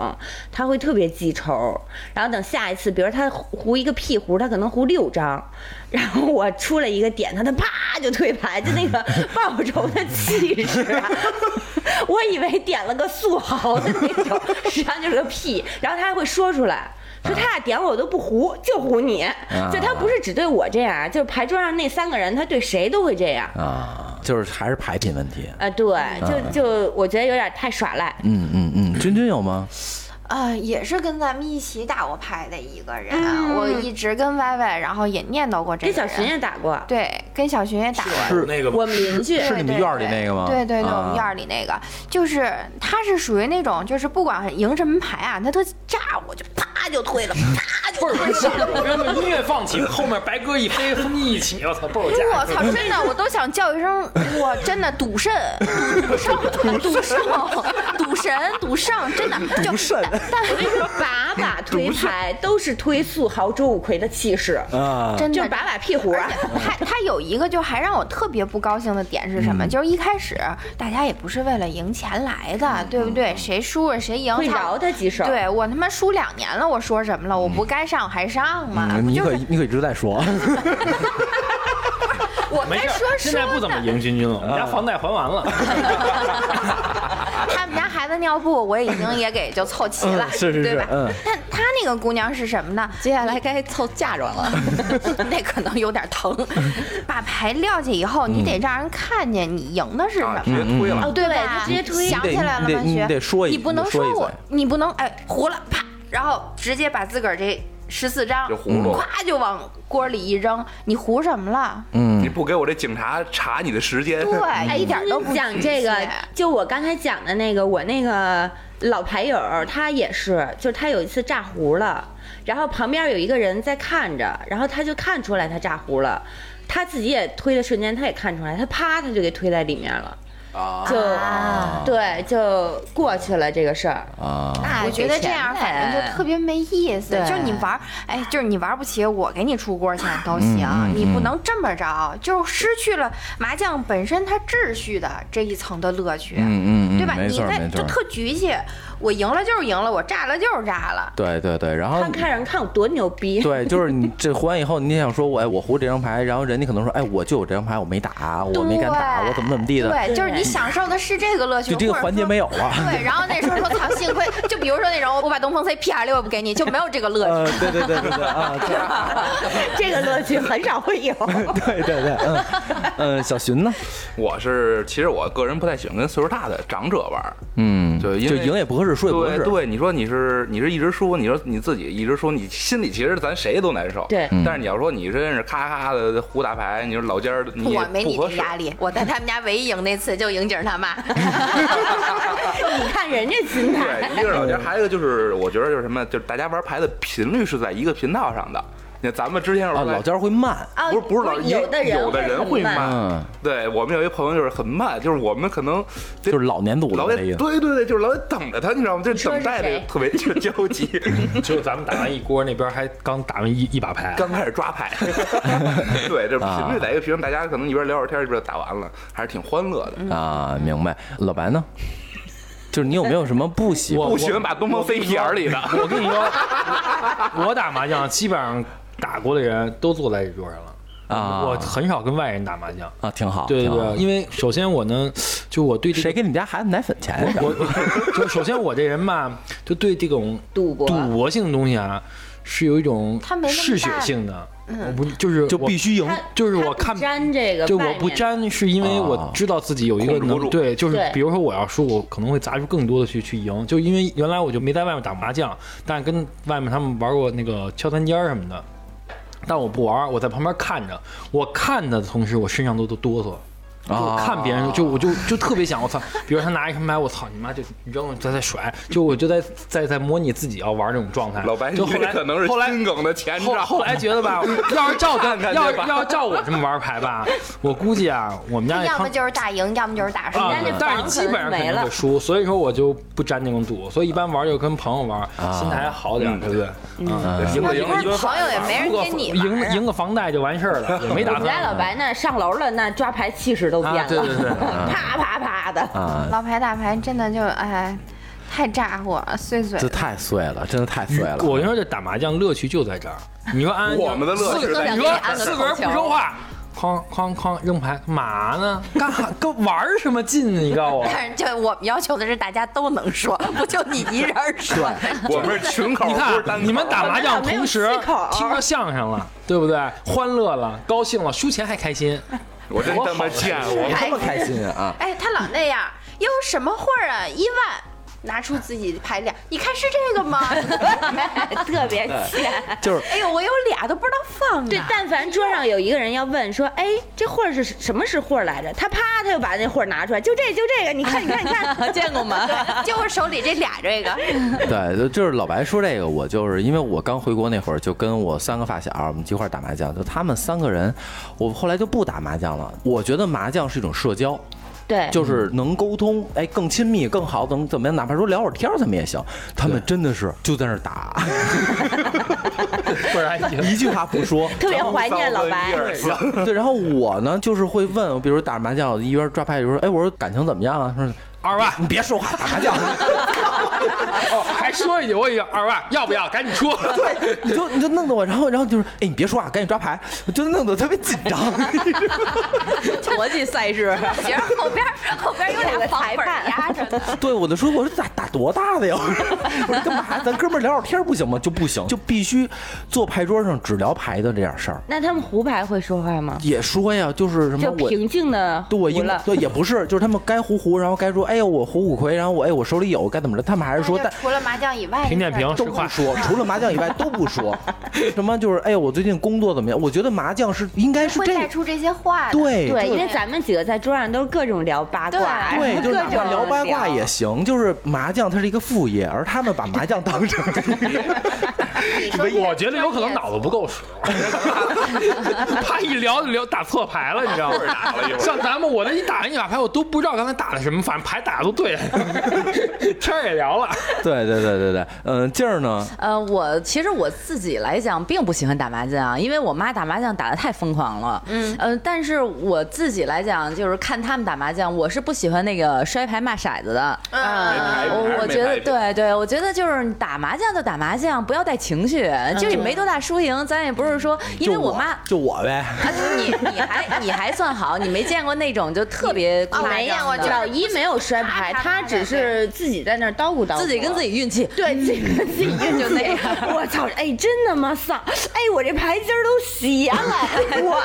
Speaker 5: 他会特别记仇。然后等下一次，比如他胡胡一个屁胡，他可能胡六张， 然后我 出了一个点他，他啪就推牌，就那个报仇的气势啊， 我以为点了个素蚝的那种，实际上就是个屁。然后他还会说出来，说嗯他俩点我都不糊，就糊你。就他不是只对我这样，啊就是牌桌上那三个人，他对谁都会这样。
Speaker 1: 啊，就是还是牌品问题。
Speaker 5: 啊，对，就就我觉得有点太耍赖。
Speaker 1: 嗯嗯嗯，君君有吗？
Speaker 6: 呃，也是跟咱们一起打过牌的一个人，啊
Speaker 1: 嗯
Speaker 6: 我一直跟歪歪，然后也念叨过这
Speaker 5: 跟
Speaker 6: 个
Speaker 5: 小巡
Speaker 6: 人
Speaker 5: 也打过，
Speaker 6: 对，跟小巡也打过，
Speaker 1: 是
Speaker 4: 那个
Speaker 2: 啊
Speaker 5: 我们邻居
Speaker 1: 是你们
Speaker 6: 对
Speaker 1: 院儿里那个吗
Speaker 6: 对对对，
Speaker 1: 啊
Speaker 6: 我们院儿里那个，就是他是属于那种，就是不管赢什么牌啊，他都炸我就啪就 推了，啪就推了。
Speaker 4: 我跟他们音乐放起，后面白鸽一飞，蜂蜜一起，我操，倍儿有
Speaker 6: 我
Speaker 4: 架
Speaker 6: 操！真的，我都想叫一声，我真的赌肾，赌上，赌上，赌神，赌上，真的就 但
Speaker 1: 啊
Speaker 5: 我跟你说，把 把推牌都是推素豪周五魁的气势，
Speaker 1: 啊，
Speaker 6: 真的
Speaker 5: 就是把把屁股啊。
Speaker 6: 他他有一个就还让我特别不高兴的点是
Speaker 1: 嗯
Speaker 6: 什么？就是一开始大家也不是为了赢钱来
Speaker 3: 嗯
Speaker 6: 的，对不对？谁输了谁赢，
Speaker 5: 会
Speaker 6: 操
Speaker 5: 饶他几手
Speaker 6: 对我他妈输两年了，我说什么了？我不该上还上吗？
Speaker 1: 嗯
Speaker 6: 不
Speaker 1: 你
Speaker 6: 就
Speaker 1: 可
Speaker 6: 是
Speaker 1: 你可一直在说，
Speaker 6: 我
Speaker 4: 没
Speaker 6: 该
Speaker 4: 事
Speaker 6: 哎说
Speaker 4: 儿，现在不
Speaker 6: 说
Speaker 4: 怎么
Speaker 6: 呢。
Speaker 4: 赢君君了，我们家房贷还完了。
Speaker 6: 他们家孩子尿布我已经也给就凑齐了，
Speaker 1: 嗯是是
Speaker 6: 对
Speaker 1: 是
Speaker 6: 吧？
Speaker 1: 嗯
Speaker 6: 但他那个姑娘是什么呢？
Speaker 3: 接下来该凑嫁妆了。
Speaker 6: 那可能有点 疼。把牌撂下以后，你
Speaker 1: 嗯
Speaker 6: 得让人看见你赢的是什
Speaker 2: 啊
Speaker 6: 么。
Speaker 2: 直接推了。
Speaker 5: 哦，对吧，
Speaker 6: 吧
Speaker 5: 就直接推。
Speaker 6: 想起来了
Speaker 1: 你
Speaker 6: 吗
Speaker 1: 得？你
Speaker 6: 学，
Speaker 1: 得你得说一
Speaker 6: 你不能
Speaker 1: 你说一
Speaker 6: 说我
Speaker 1: 嘴，
Speaker 6: 你不能哎糊了啪，然后直接把自个儿这十四张
Speaker 2: 就糊了
Speaker 6: 咵就往锅里一扔，你糊什么了？
Speaker 1: 嗯
Speaker 2: 你不给我这警察查你的时间，
Speaker 6: 对，哎一点都
Speaker 5: 哎你
Speaker 6: 不
Speaker 5: 讲
Speaker 6: 局
Speaker 5: 这个
Speaker 6: 限，
Speaker 5: 就我刚才讲的那个，我那个老牌友儿，他也是，就是他有一次炸胡了，然后旁边有一个人在看着，然后他就看出来他炸胡了，他自己也推的瞬间，他也看出来，他啪他就给推在里面了，
Speaker 2: 啊，
Speaker 5: 就、对，就过去了这个事儿。
Speaker 1: 啊，
Speaker 6: 啊，我觉得这样反正就特别没意思。
Speaker 3: 对
Speaker 6: 就是你玩儿，哎，就是你玩不起，我给你出锅钱都行，
Speaker 1: 嗯嗯
Speaker 6: 你不能这么着，就是失去了麻将本身它秩序的这一层的乐趣，
Speaker 1: 嗯嗯嗯
Speaker 6: 对吧？
Speaker 1: 没
Speaker 6: 你
Speaker 1: 错儿
Speaker 6: 在
Speaker 1: 没错
Speaker 6: 就
Speaker 1: 儿
Speaker 6: 特局气，我赢了就是赢了，我炸了就是炸了。
Speaker 1: 对对对，
Speaker 4: 哦
Speaker 1: 然后
Speaker 5: 看看人看我多牛逼，
Speaker 1: 对，就是你这胡完以后，你想说我哎，我胡这张牌，然后人家可能说哎，我就有这张牌，我没打，我没敢打，
Speaker 6: 对
Speaker 1: 我怎么怎么地的，
Speaker 6: 对，就是你享受的是这个乐趣，
Speaker 1: 就这个
Speaker 6: 或者
Speaker 1: 环节
Speaker 6: 说
Speaker 1: 没有了
Speaker 6: 对，然后那时候说操，幸亏就比如说那种我把东风 C P R 六也不给你，就没有这个乐趣。
Speaker 1: 呃，对对对对对啊，
Speaker 5: 这个乐趣很少 会有。
Speaker 1: 对对对，嗯嗯，小寻呢，
Speaker 2: 我是其实我个人不太喜欢跟岁数大的长者玩儿，
Speaker 1: 嗯，
Speaker 2: 对因
Speaker 1: 就
Speaker 2: 为
Speaker 1: 赢也不合适，输也不合
Speaker 2: 对
Speaker 1: 适，
Speaker 2: 对，你说你是你是一直输，你说你自己一直输，你心里其实咱谁都难受。
Speaker 5: 对
Speaker 1: 嗯
Speaker 2: 但是你要说你真是咔咔的胡打牌，你说老尖儿，你
Speaker 6: 我
Speaker 2: 也
Speaker 6: 没你
Speaker 2: 不合
Speaker 6: 这
Speaker 2: 适。
Speaker 6: 压力，我在他们家唯一赢那次就赢景儿 他妈。
Speaker 5: 你看人家心态，
Speaker 2: 对，一个是老尖儿，还有一个就是我觉得就是什么，就是大家玩牌的频率是在一个频道上的。你看咱们之前有时
Speaker 1: 啊，
Speaker 2: 候在
Speaker 1: 老家会慢，
Speaker 5: 啊
Speaker 2: 不是不是老
Speaker 5: 不是有的人
Speaker 2: 有的人
Speaker 5: 会
Speaker 2: 会
Speaker 5: 很慢
Speaker 1: 嗯，
Speaker 2: 对我们有一朋友就是很慢，就是我们可能就
Speaker 1: 就是老年赌
Speaker 2: 老
Speaker 1: 的这
Speaker 2: 得
Speaker 1: 意思，
Speaker 2: 对对对，就是老得等着他，你知道吗？就
Speaker 5: 说
Speaker 2: 等
Speaker 5: 是
Speaker 2: 待
Speaker 5: 谁
Speaker 2: 的特别 就焦急，
Speaker 4: 只有咱们打完一锅，那边还刚打完一一把牌，
Speaker 2: 刚开始抓 牌。对，这频率在一个平衡，大家可能一边聊会儿天儿一边打完了，还是挺欢乐的。
Speaker 1: 啊，明白。老白呢， 就是你有没有什么不喜欢
Speaker 4: 我
Speaker 2: 不喜欢把东方 CPR 里的，
Speaker 4: 我跟你说，我打麻将基本上打过的人都坐在这桌上了
Speaker 1: 啊
Speaker 4: 我很少跟外人打麻将。
Speaker 1: 啊？挺好，
Speaker 4: 对
Speaker 1: 挺
Speaker 4: 对
Speaker 1: 好
Speaker 4: 对，因为首先我呢，就我对这
Speaker 1: 谁
Speaker 4: 个。
Speaker 1: 给你们家孩子奶粉钱啊呀？
Speaker 4: 我 就首先我这人吧，就对这种
Speaker 5: 赌博
Speaker 4: 赌博性的东西啊，是有一种
Speaker 6: 他没那么
Speaker 4: 嗜血
Speaker 6: 大嗯
Speaker 4: 性的，我不就是
Speaker 1: 就
Speaker 4: 我
Speaker 1: 必须赢
Speaker 5: 他
Speaker 4: 就是
Speaker 5: 他
Speaker 4: 我
Speaker 5: 不
Speaker 4: 看
Speaker 5: 沾这个，
Speaker 4: 就我不。沾，是因为我知道自己有一个
Speaker 2: 啊控制不
Speaker 4: 能
Speaker 2: 住
Speaker 4: 对，就是
Speaker 5: 对
Speaker 4: 比如说我要输，我可能会砸出更多的去去赢，就因为原来我就没在外面打麻将，但跟外面他们玩过那个敲三尖儿什么的，但我不玩，我在旁边看着，我看的同时我身上都都哆嗦。就
Speaker 2: 啊
Speaker 4: 我看别人，就我就就特别想，我操！比如他拿一什么牌，我操你妈就扔了，再再甩，就我就在在在模拟自己要玩这种状态。
Speaker 2: 老白，
Speaker 4: 就后
Speaker 2: 你
Speaker 4: 来
Speaker 2: 这可能是
Speaker 4: 后来
Speaker 2: 心梗的前
Speaker 4: 后
Speaker 2: 兆。
Speaker 4: 后来觉得 吧，要是照他
Speaker 2: 看看
Speaker 4: 要
Speaker 2: 去吧
Speaker 4: 要照我这么玩牌吧，我估计啊，我们家那
Speaker 6: 要么
Speaker 4: 康
Speaker 6: 就是大赢，要么就是大输。
Speaker 4: 啊
Speaker 5: 人家那，
Speaker 4: 但
Speaker 5: 房
Speaker 4: 是
Speaker 5: 可
Speaker 4: 基
Speaker 5: 能
Speaker 4: 本上肯
Speaker 5: 没
Speaker 4: 定
Speaker 5: 了
Speaker 4: 会输，所以说我就不沾那种赌，所以一般玩就跟朋友玩，心态还好点儿，对不对？嗯，
Speaker 2: 赢了
Speaker 6: 你
Speaker 2: 赢
Speaker 6: 不
Speaker 2: 了
Speaker 6: 是
Speaker 2: 一顿
Speaker 6: 朋
Speaker 2: 饭
Speaker 6: 友也没人
Speaker 4: 输个
Speaker 6: 跟你
Speaker 4: 赢
Speaker 6: 玩儿啊
Speaker 4: 赢个房贷就完事儿了，也没
Speaker 5: 我
Speaker 4: 打
Speaker 5: 们家
Speaker 4: 算。
Speaker 5: 老白那上楼了，那抓牌气势都变了，
Speaker 4: 啊对对 对
Speaker 5: 啪啪啪的。
Speaker 1: 啊，
Speaker 6: 老牌大牌真的就哎，太咋呼了，碎碎
Speaker 1: 这。太碎了，真的太碎了。
Speaker 4: 我跟你说，这打麻将乐趣就在这儿。你说安安就，
Speaker 2: 我们的乐趣
Speaker 4: 四
Speaker 2: 在
Speaker 4: 你
Speaker 3: 这
Speaker 4: 说
Speaker 3: 儿
Speaker 4: 四个人不说话，哐哐哐扔牌，嘛呢？干哈？跟玩儿什么劲啊呢？你告诉 我。
Speaker 6: 但是就我们要求的是大家都能说，不就你一人儿说？
Speaker 2: 我们是群口，
Speaker 4: 你
Speaker 2: 不是单
Speaker 4: 看，
Speaker 2: 口
Speaker 4: 你们打麻将
Speaker 5: 我们俩没有啊
Speaker 4: 同时
Speaker 5: 气口
Speaker 4: 听着相声了，对不对？欢乐了，高兴了，输钱还开心，
Speaker 2: 我真他妈
Speaker 4: 啊
Speaker 2: 贱，我
Speaker 1: 这么开心 啊！
Speaker 6: 哎，他老那样，有什么会儿啊？一万。拿出自己的牌俩，你看是这个 吗？
Speaker 5: 特别欠。
Speaker 1: 就是
Speaker 6: 哎呦，我有俩都不知道放
Speaker 5: 对
Speaker 6: 哪，儿。
Speaker 5: 但凡桌上有一个人要问说，哎，这会儿是什么是会儿来着？他啪，他就把那会儿拿出来，就这就这个，你看你看 你看，
Speaker 3: 见过吗？
Speaker 6: 就哎我手里这俩这个，
Speaker 1: 对，就就是老白说这个，我就是因为我刚回国那会儿，就跟我三个发小我们一块儿打麻将，就他们三个人，我后来就不打麻将了。我觉得麻将是一种社交，
Speaker 5: 对，
Speaker 1: 就是能沟通，哎，更亲密更好，怎么怎么样，哪怕说聊会儿天儿，咱们也行。他们真的是就在那儿打，
Speaker 4: 不然 已经
Speaker 1: 一句话不说，
Speaker 5: 特别怀念老白
Speaker 2: 一。二三
Speaker 4: 嗯
Speaker 1: 对，然后我呢，就是会问，比如打着麻将，我一边抓牌，就说：“哎，我说感情怎么样啊？”他说
Speaker 4: 二万：“。
Speaker 1: 你别说 话，打麻将。
Speaker 4: 哦，还说一句，我一句二万，要不要？赶紧出。”
Speaker 1: 对，你就你就弄得我，然后然后就是：“哎，你别说话，赶紧抓牌。”我就弄得我特别紧张。
Speaker 3: 国际赛事，
Speaker 6: 其实后边后边有俩房本儿压着呢。
Speaker 1: 对，我就说：“我说打打多大的呀？ 我说我说干嘛？咱哥们儿聊会儿天儿不行吗？就不行，就必须坐牌桌上只聊牌的这点事儿。
Speaker 5: 那他们胡牌会说话吗？
Speaker 1: 也说呀，就是什么
Speaker 5: 就
Speaker 1: 我。
Speaker 5: 平静的
Speaker 1: 对，我
Speaker 5: 胡
Speaker 1: 应
Speaker 5: 了。
Speaker 1: 对也不是，就是他们该胡胡，然后该说，哎呦我胡五魁，然后我哎我手里有该怎么着，他们还是说，
Speaker 5: 哎
Speaker 6: 那
Speaker 1: 但
Speaker 6: 就除了麻将以 外，
Speaker 4: 评点评
Speaker 1: 都
Speaker 4: 实
Speaker 1: 不
Speaker 4: 话，
Speaker 1: 说，除了麻将以外都不说。什么就是哎，我最近工作怎么样？我觉得麻将是应该是
Speaker 6: 会
Speaker 1: 这
Speaker 6: 带出这些话的。
Speaker 1: 对
Speaker 5: 对，因为咱们几个在桌上都是各种聊八卦，啊
Speaker 1: 对，就是
Speaker 5: 各
Speaker 1: 哪怕
Speaker 5: 种
Speaker 1: 聊八卦也行，就是麻将它是一个副业，而他们把麻将当成
Speaker 6: 你说这个
Speaker 4: 我觉得有可能脑子不够使，怕一聊就聊打错牌了，你知道吗？像咱们我这一打完一把牌，我都不知道刚才打的什么，反正牌打的都对， 天儿也聊了。
Speaker 1: 对对对对对，嗯，劲儿呢，
Speaker 3: 呃，我其实我自己来讲，并不喜欢打麻将，因为我妈打麻将打得太疯狂了。嗯，呃，但是我自己来讲，就是看他们打麻将，我是不喜欢那个摔牌骂骰子的。呃
Speaker 2: 牌品还
Speaker 3: 我
Speaker 2: 是
Speaker 3: 我
Speaker 2: 没
Speaker 3: 觉
Speaker 2: 牌
Speaker 3: 得
Speaker 2: 品
Speaker 3: 对对，我觉得就是你打麻将就打麻将，不要带情绪，就是没多大输赢，咱也不是说，因为
Speaker 1: 就
Speaker 3: 我妈。
Speaker 1: 就我呗，
Speaker 3: 啊，你你还你还算好，你没见过那种就特别夸
Speaker 6: 哦
Speaker 3: 张
Speaker 6: 没见过
Speaker 3: 的
Speaker 6: 就
Speaker 5: 老一没有摔牌，他只是自己在那儿叨咕叨咕，
Speaker 3: 自己跟自
Speaker 5: 己
Speaker 3: 己运气，
Speaker 5: 对自己跟自己运
Speaker 3: 就那样。
Speaker 5: 我操！哎，真的吗？丧！哎，我这牌筋儿都斜了，我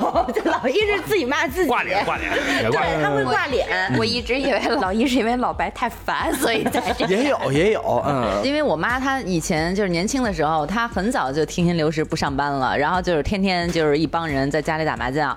Speaker 5: 操！这老一是自己骂自己，
Speaker 4: 挂脸挂脸也挂
Speaker 5: 对
Speaker 4: 脸。
Speaker 5: 他会挂脸。
Speaker 6: 我一直以为 老一是因为老白太烦，所以 才这样。
Speaker 1: 也有也有，嗯，
Speaker 3: 因为我妈她以前就是年轻的时候，她很早就停薪留职不上班了，然后就是天天就是一帮人在家里打麻将，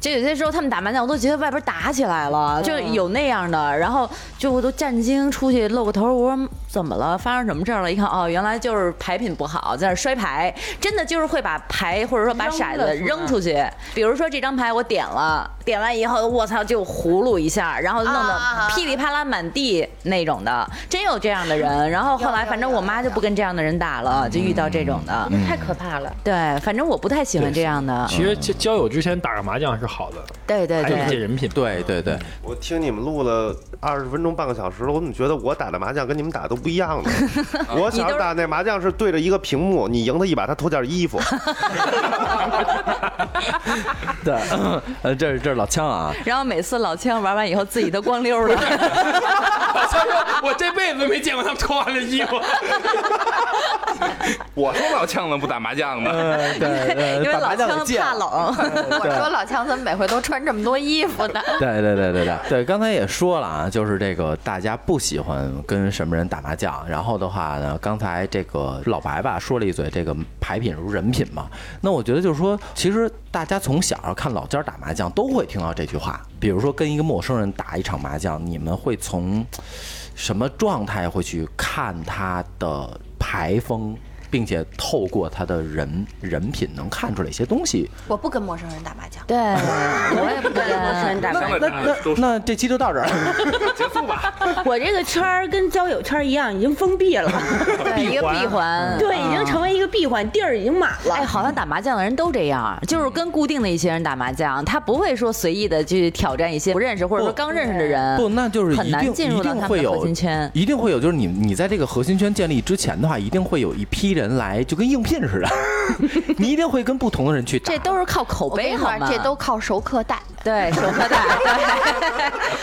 Speaker 3: 就有些时候他们打麻将，我都觉得外边打起来了，就有那样的，然后就我都震惊出去露个头，我说怎么了，发生什么事儿了？一看哦，原来就是牌品不好，在那儿摔牌，真的就是会把牌或者说把骰
Speaker 5: 扔了
Speaker 3: 子
Speaker 5: 是吗
Speaker 3: 扔出去，比如说这张牌我点了，点完以后我操就葫芦一下，然后弄得
Speaker 6: 啊
Speaker 3: 噼里啪啦满地那种的，真有这样的人，然后。后来，反正我妈就不跟这样的人打了，就遇到这种的。
Speaker 5: 太可怕了！
Speaker 3: 对，反正我不太喜欢这样的。
Speaker 4: 其实交交友之前打个麻将是好的，
Speaker 3: 对对
Speaker 4: 还有一些
Speaker 3: 对，
Speaker 4: 哎人品。
Speaker 1: 对对对，
Speaker 7: 我听你们录了二十分钟、半个小时了，我怎么觉得我打的麻将跟你们打都不一样呢？我想打那麻将是对着一个屏幕，你赢他一把，他偷件衣服。
Speaker 1: 对，呃，这是这是老枪啊，
Speaker 3: 然后每次老千玩完以后，自己都光溜了。
Speaker 4: 老三说，我这辈子没见过他们脱完了衣服。
Speaker 2: 我说老呛了不打麻将
Speaker 4: 嗯
Speaker 2: 呢，
Speaker 1: 呃，对，呃
Speaker 3: 因为
Speaker 1: 打麻
Speaker 3: 老
Speaker 1: 将有
Speaker 3: 枪
Speaker 1: 劲
Speaker 3: 怕冷，
Speaker 6: 我说老强怎么每回都穿这么多衣服呢？
Speaker 1: 对对对对对对，刚才也说了啊，就是这个大家不喜欢跟什么人打麻将，然后的话呢，刚才这个老白吧说了一嘴这个牌品如人品嘛，那我觉得就是说，其实大家从小看老家打麻将都会听到这句话，比如说跟一个陌生人打一场麻将，你们会从什么状态会去看他的牌风？并且透过他的人人品能看出来一些东西，
Speaker 6: 我不跟陌生人打麻将。
Speaker 3: 对我也不
Speaker 5: 跟陌生人
Speaker 3: 跟。
Speaker 5: 打麻将
Speaker 2: 那
Speaker 1: 那那这期就到这儿。
Speaker 2: 结束吧。
Speaker 5: 我这个圈儿跟交友圈儿一样，已经封闭了，
Speaker 3: 对一个闭环，
Speaker 5: 对，已经
Speaker 3: 嗯
Speaker 5: 成为一个闭环，地儿已经满了。
Speaker 3: 哎，好像打麻将的人都这样，就是跟固定的一些人打麻将，他不会说随意的去挑战一些不认识或者说刚认识的人。
Speaker 1: 不，那就是
Speaker 3: 很
Speaker 1: 一
Speaker 3: 难
Speaker 1: 定
Speaker 3: 进入
Speaker 1: 一
Speaker 3: 到
Speaker 1: 定
Speaker 3: 他们
Speaker 1: 会
Speaker 3: 的
Speaker 1: 有
Speaker 3: 核心圈
Speaker 1: 一定会有，就是你你在这个核心圈建立之前的话，一定会有一批人来，就跟应聘似的， 你一定会跟不同的人去打。
Speaker 3: 这都是靠口
Speaker 6: 我跟
Speaker 3: 碑
Speaker 6: 你
Speaker 3: 好
Speaker 6: 说，啊
Speaker 3: 吗？
Speaker 6: 这都靠熟客带。
Speaker 3: 对手 可大，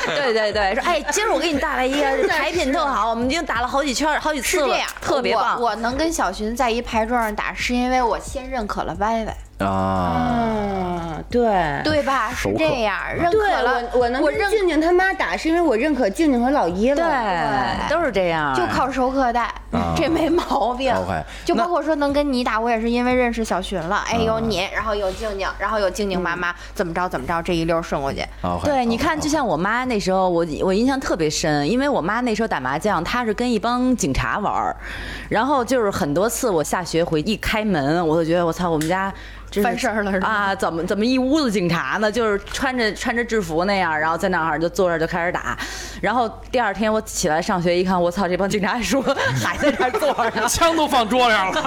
Speaker 3: 对对对对，说哎，今儿我给你带来一个
Speaker 6: 的
Speaker 3: 产品特好，我们已经打了好几圈儿，好几
Speaker 6: 是
Speaker 3: 次
Speaker 6: 这
Speaker 3: 了
Speaker 6: 样，，
Speaker 3: 特别
Speaker 6: 我
Speaker 3: 棒。
Speaker 6: 我能跟小寻在一牌桌上打，是因为我先认可了歪歪，
Speaker 1: 啊，
Speaker 5: 嗯，对。
Speaker 6: 对吧？是
Speaker 1: 熟客
Speaker 6: 这样，认
Speaker 5: 对
Speaker 6: 可了
Speaker 5: 我，我能
Speaker 6: 我
Speaker 5: 跟
Speaker 6: 认
Speaker 5: 静静他妈打，是因为我认可静静和老一了。
Speaker 3: 对，都是这样，
Speaker 6: 就靠熟客带，这没毛
Speaker 3: 嗯
Speaker 6: 病。
Speaker 1: OK，
Speaker 6: 就
Speaker 1: 啊那啊
Speaker 6: 包括说能跟你打，我也是因为认识小寻了。哎，有你，然后有静静，然后有静静妈妈，怎么着怎么着，这一溜顺过 去。
Speaker 1: OK，啊
Speaker 3: 对，你
Speaker 1: OK，
Speaker 3: 看，就
Speaker 1: OK
Speaker 3: 像我妈那时候，我我印象特别深，因为我妈那时候打麻将，她是跟一帮警察玩儿，然后就是很多次我下学回一开门，我就觉得我操，我们家。真是
Speaker 6: 犯事儿了是吧
Speaker 3: 啊！怎么怎么一屋子警察呢？就是穿着穿着制服那样，然后在那儿就坐着就开始打，然后第二天我起来上学一看，我操，这帮警察叔 还在这儿坐着呢。
Speaker 4: 枪都放桌上了，
Speaker 2: 这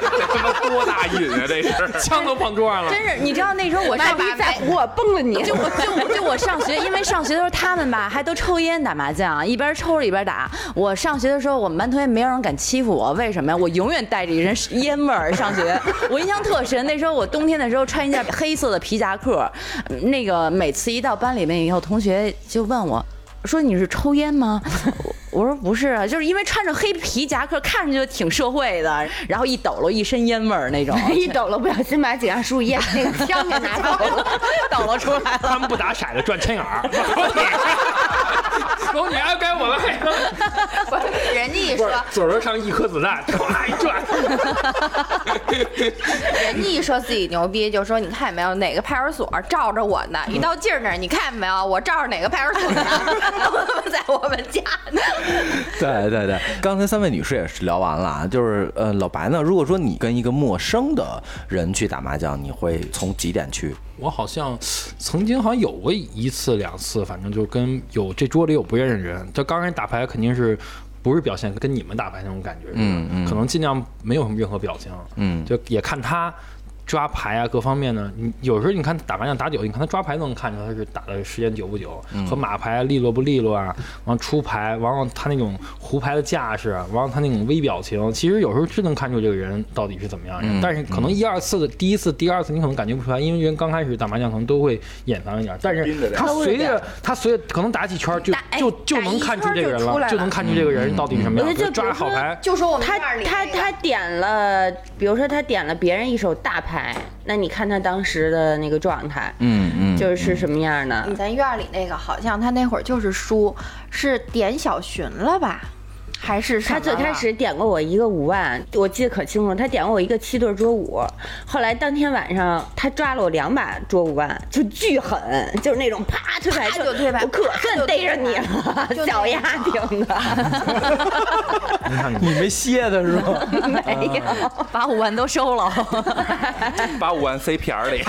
Speaker 2: 他妈多大瘾啊！这是
Speaker 4: 枪都放桌上了。
Speaker 3: 真是，你知道那时候我
Speaker 6: 妈
Speaker 3: 上
Speaker 6: 逼在
Speaker 5: 虎，我崩了你！
Speaker 3: 就我就我就我上学，因为上学的时候他们吧还都抽烟打麻将，一边抽着一边打。我上学的时候，我们班同学没有人敢欺负我，为什么呀？我永远带着一人烟味儿上学，我印象特深。那时候我冬天的时候穿一件黑色的皮夹克，嗯那个每次一到班里面以后，同学就问我。说你是抽烟吗？ 我我说不是啊，就是因为穿着黑皮夹克，看上去就挺社会的，然后一抖搂一身烟味儿那种，
Speaker 5: 一抖了，不小心把警察叔叔烟那个枪给拿 走了。
Speaker 3: 抖搂出来了。
Speaker 4: 他们不打骰子赚钱眼儿，狗你啊，该我了。
Speaker 6: 人家一说，
Speaker 4: 嘴 儿上一颗子弹，唰一转。
Speaker 6: 人家一说自己牛逼，就说你看没有哪个派出所罩着我呢？一到
Speaker 1: 嗯
Speaker 6: 劲儿那儿，你看没有我罩着哪个派出所呢？ 都他妈在我们家呢。
Speaker 1: 对对对，刚才三位女士也是聊完了啊，就是呃，老白呢，如果说你跟一个陌生的人去打麻将，你会从几点去？
Speaker 4: 我好像曾经好像有过一次两次，反正就是跟有这桌里有不认识的人，他刚开始打牌肯定是。不是表现跟你们打牌那种感觉，嗯嗯，可能尽量没有什么任何表情，嗯，就也看他抓牌啊各方面呢。你有时候你看打麻将打久，你看他抓牌都能看出他是打的时间久不久，和马牌利落不利落啊，完出牌，完了他那种胡牌的架势，啊完了他那种微表情，其实有时候是能看出这个人到底是怎么样的。但是可能一二次的第一次、第二次你可能感觉不出来，因为人刚开始打麻将可能都会眼盲一点，但
Speaker 2: 盯
Speaker 4: 是
Speaker 2: 着点
Speaker 4: 他随着他随着可能打几圈就
Speaker 6: 打哎
Speaker 4: 就
Speaker 6: 打
Speaker 4: 就能
Speaker 6: 一
Speaker 4: 看出
Speaker 6: 圈
Speaker 4: 这个
Speaker 6: 就
Speaker 4: 人
Speaker 6: 出
Speaker 4: 了，
Speaker 6: 来了
Speaker 4: 就能看出这个人到底是什么
Speaker 5: 我觉
Speaker 4: 样。
Speaker 5: 得
Speaker 4: 比如
Speaker 5: 就比
Speaker 4: 抓
Speaker 5: 如
Speaker 4: 好
Speaker 5: 说
Speaker 4: 牌，
Speaker 6: 就说我们
Speaker 5: 他
Speaker 6: 院里
Speaker 5: 他
Speaker 6: 那个
Speaker 5: 他点了，比如说他点了别人一手大牌，那你看他当时的那个状态，
Speaker 1: 嗯嗯
Speaker 5: 就是什么样的
Speaker 6: 你？咱院里那个好像他那会儿就是输，是点小寻了吧？还是什么
Speaker 5: 他
Speaker 6: 了
Speaker 5: 最开始点过我一个五万，我记得可清楚，他点过我一个七对桌五，后来当天晚上他抓了我两把桌五万，就巨狠，就是那种啪推牌
Speaker 6: 啪就推牌
Speaker 5: 我可算
Speaker 6: 就
Speaker 5: 逮着你
Speaker 6: 推牌啊
Speaker 5: 了
Speaker 6: 就那，种
Speaker 5: 脚丫挺的，
Speaker 4: 你看你
Speaker 1: 你没歇他是吗？
Speaker 5: 没有。
Speaker 3: 把五万都收了。
Speaker 2: 把五万塞屁眼儿里。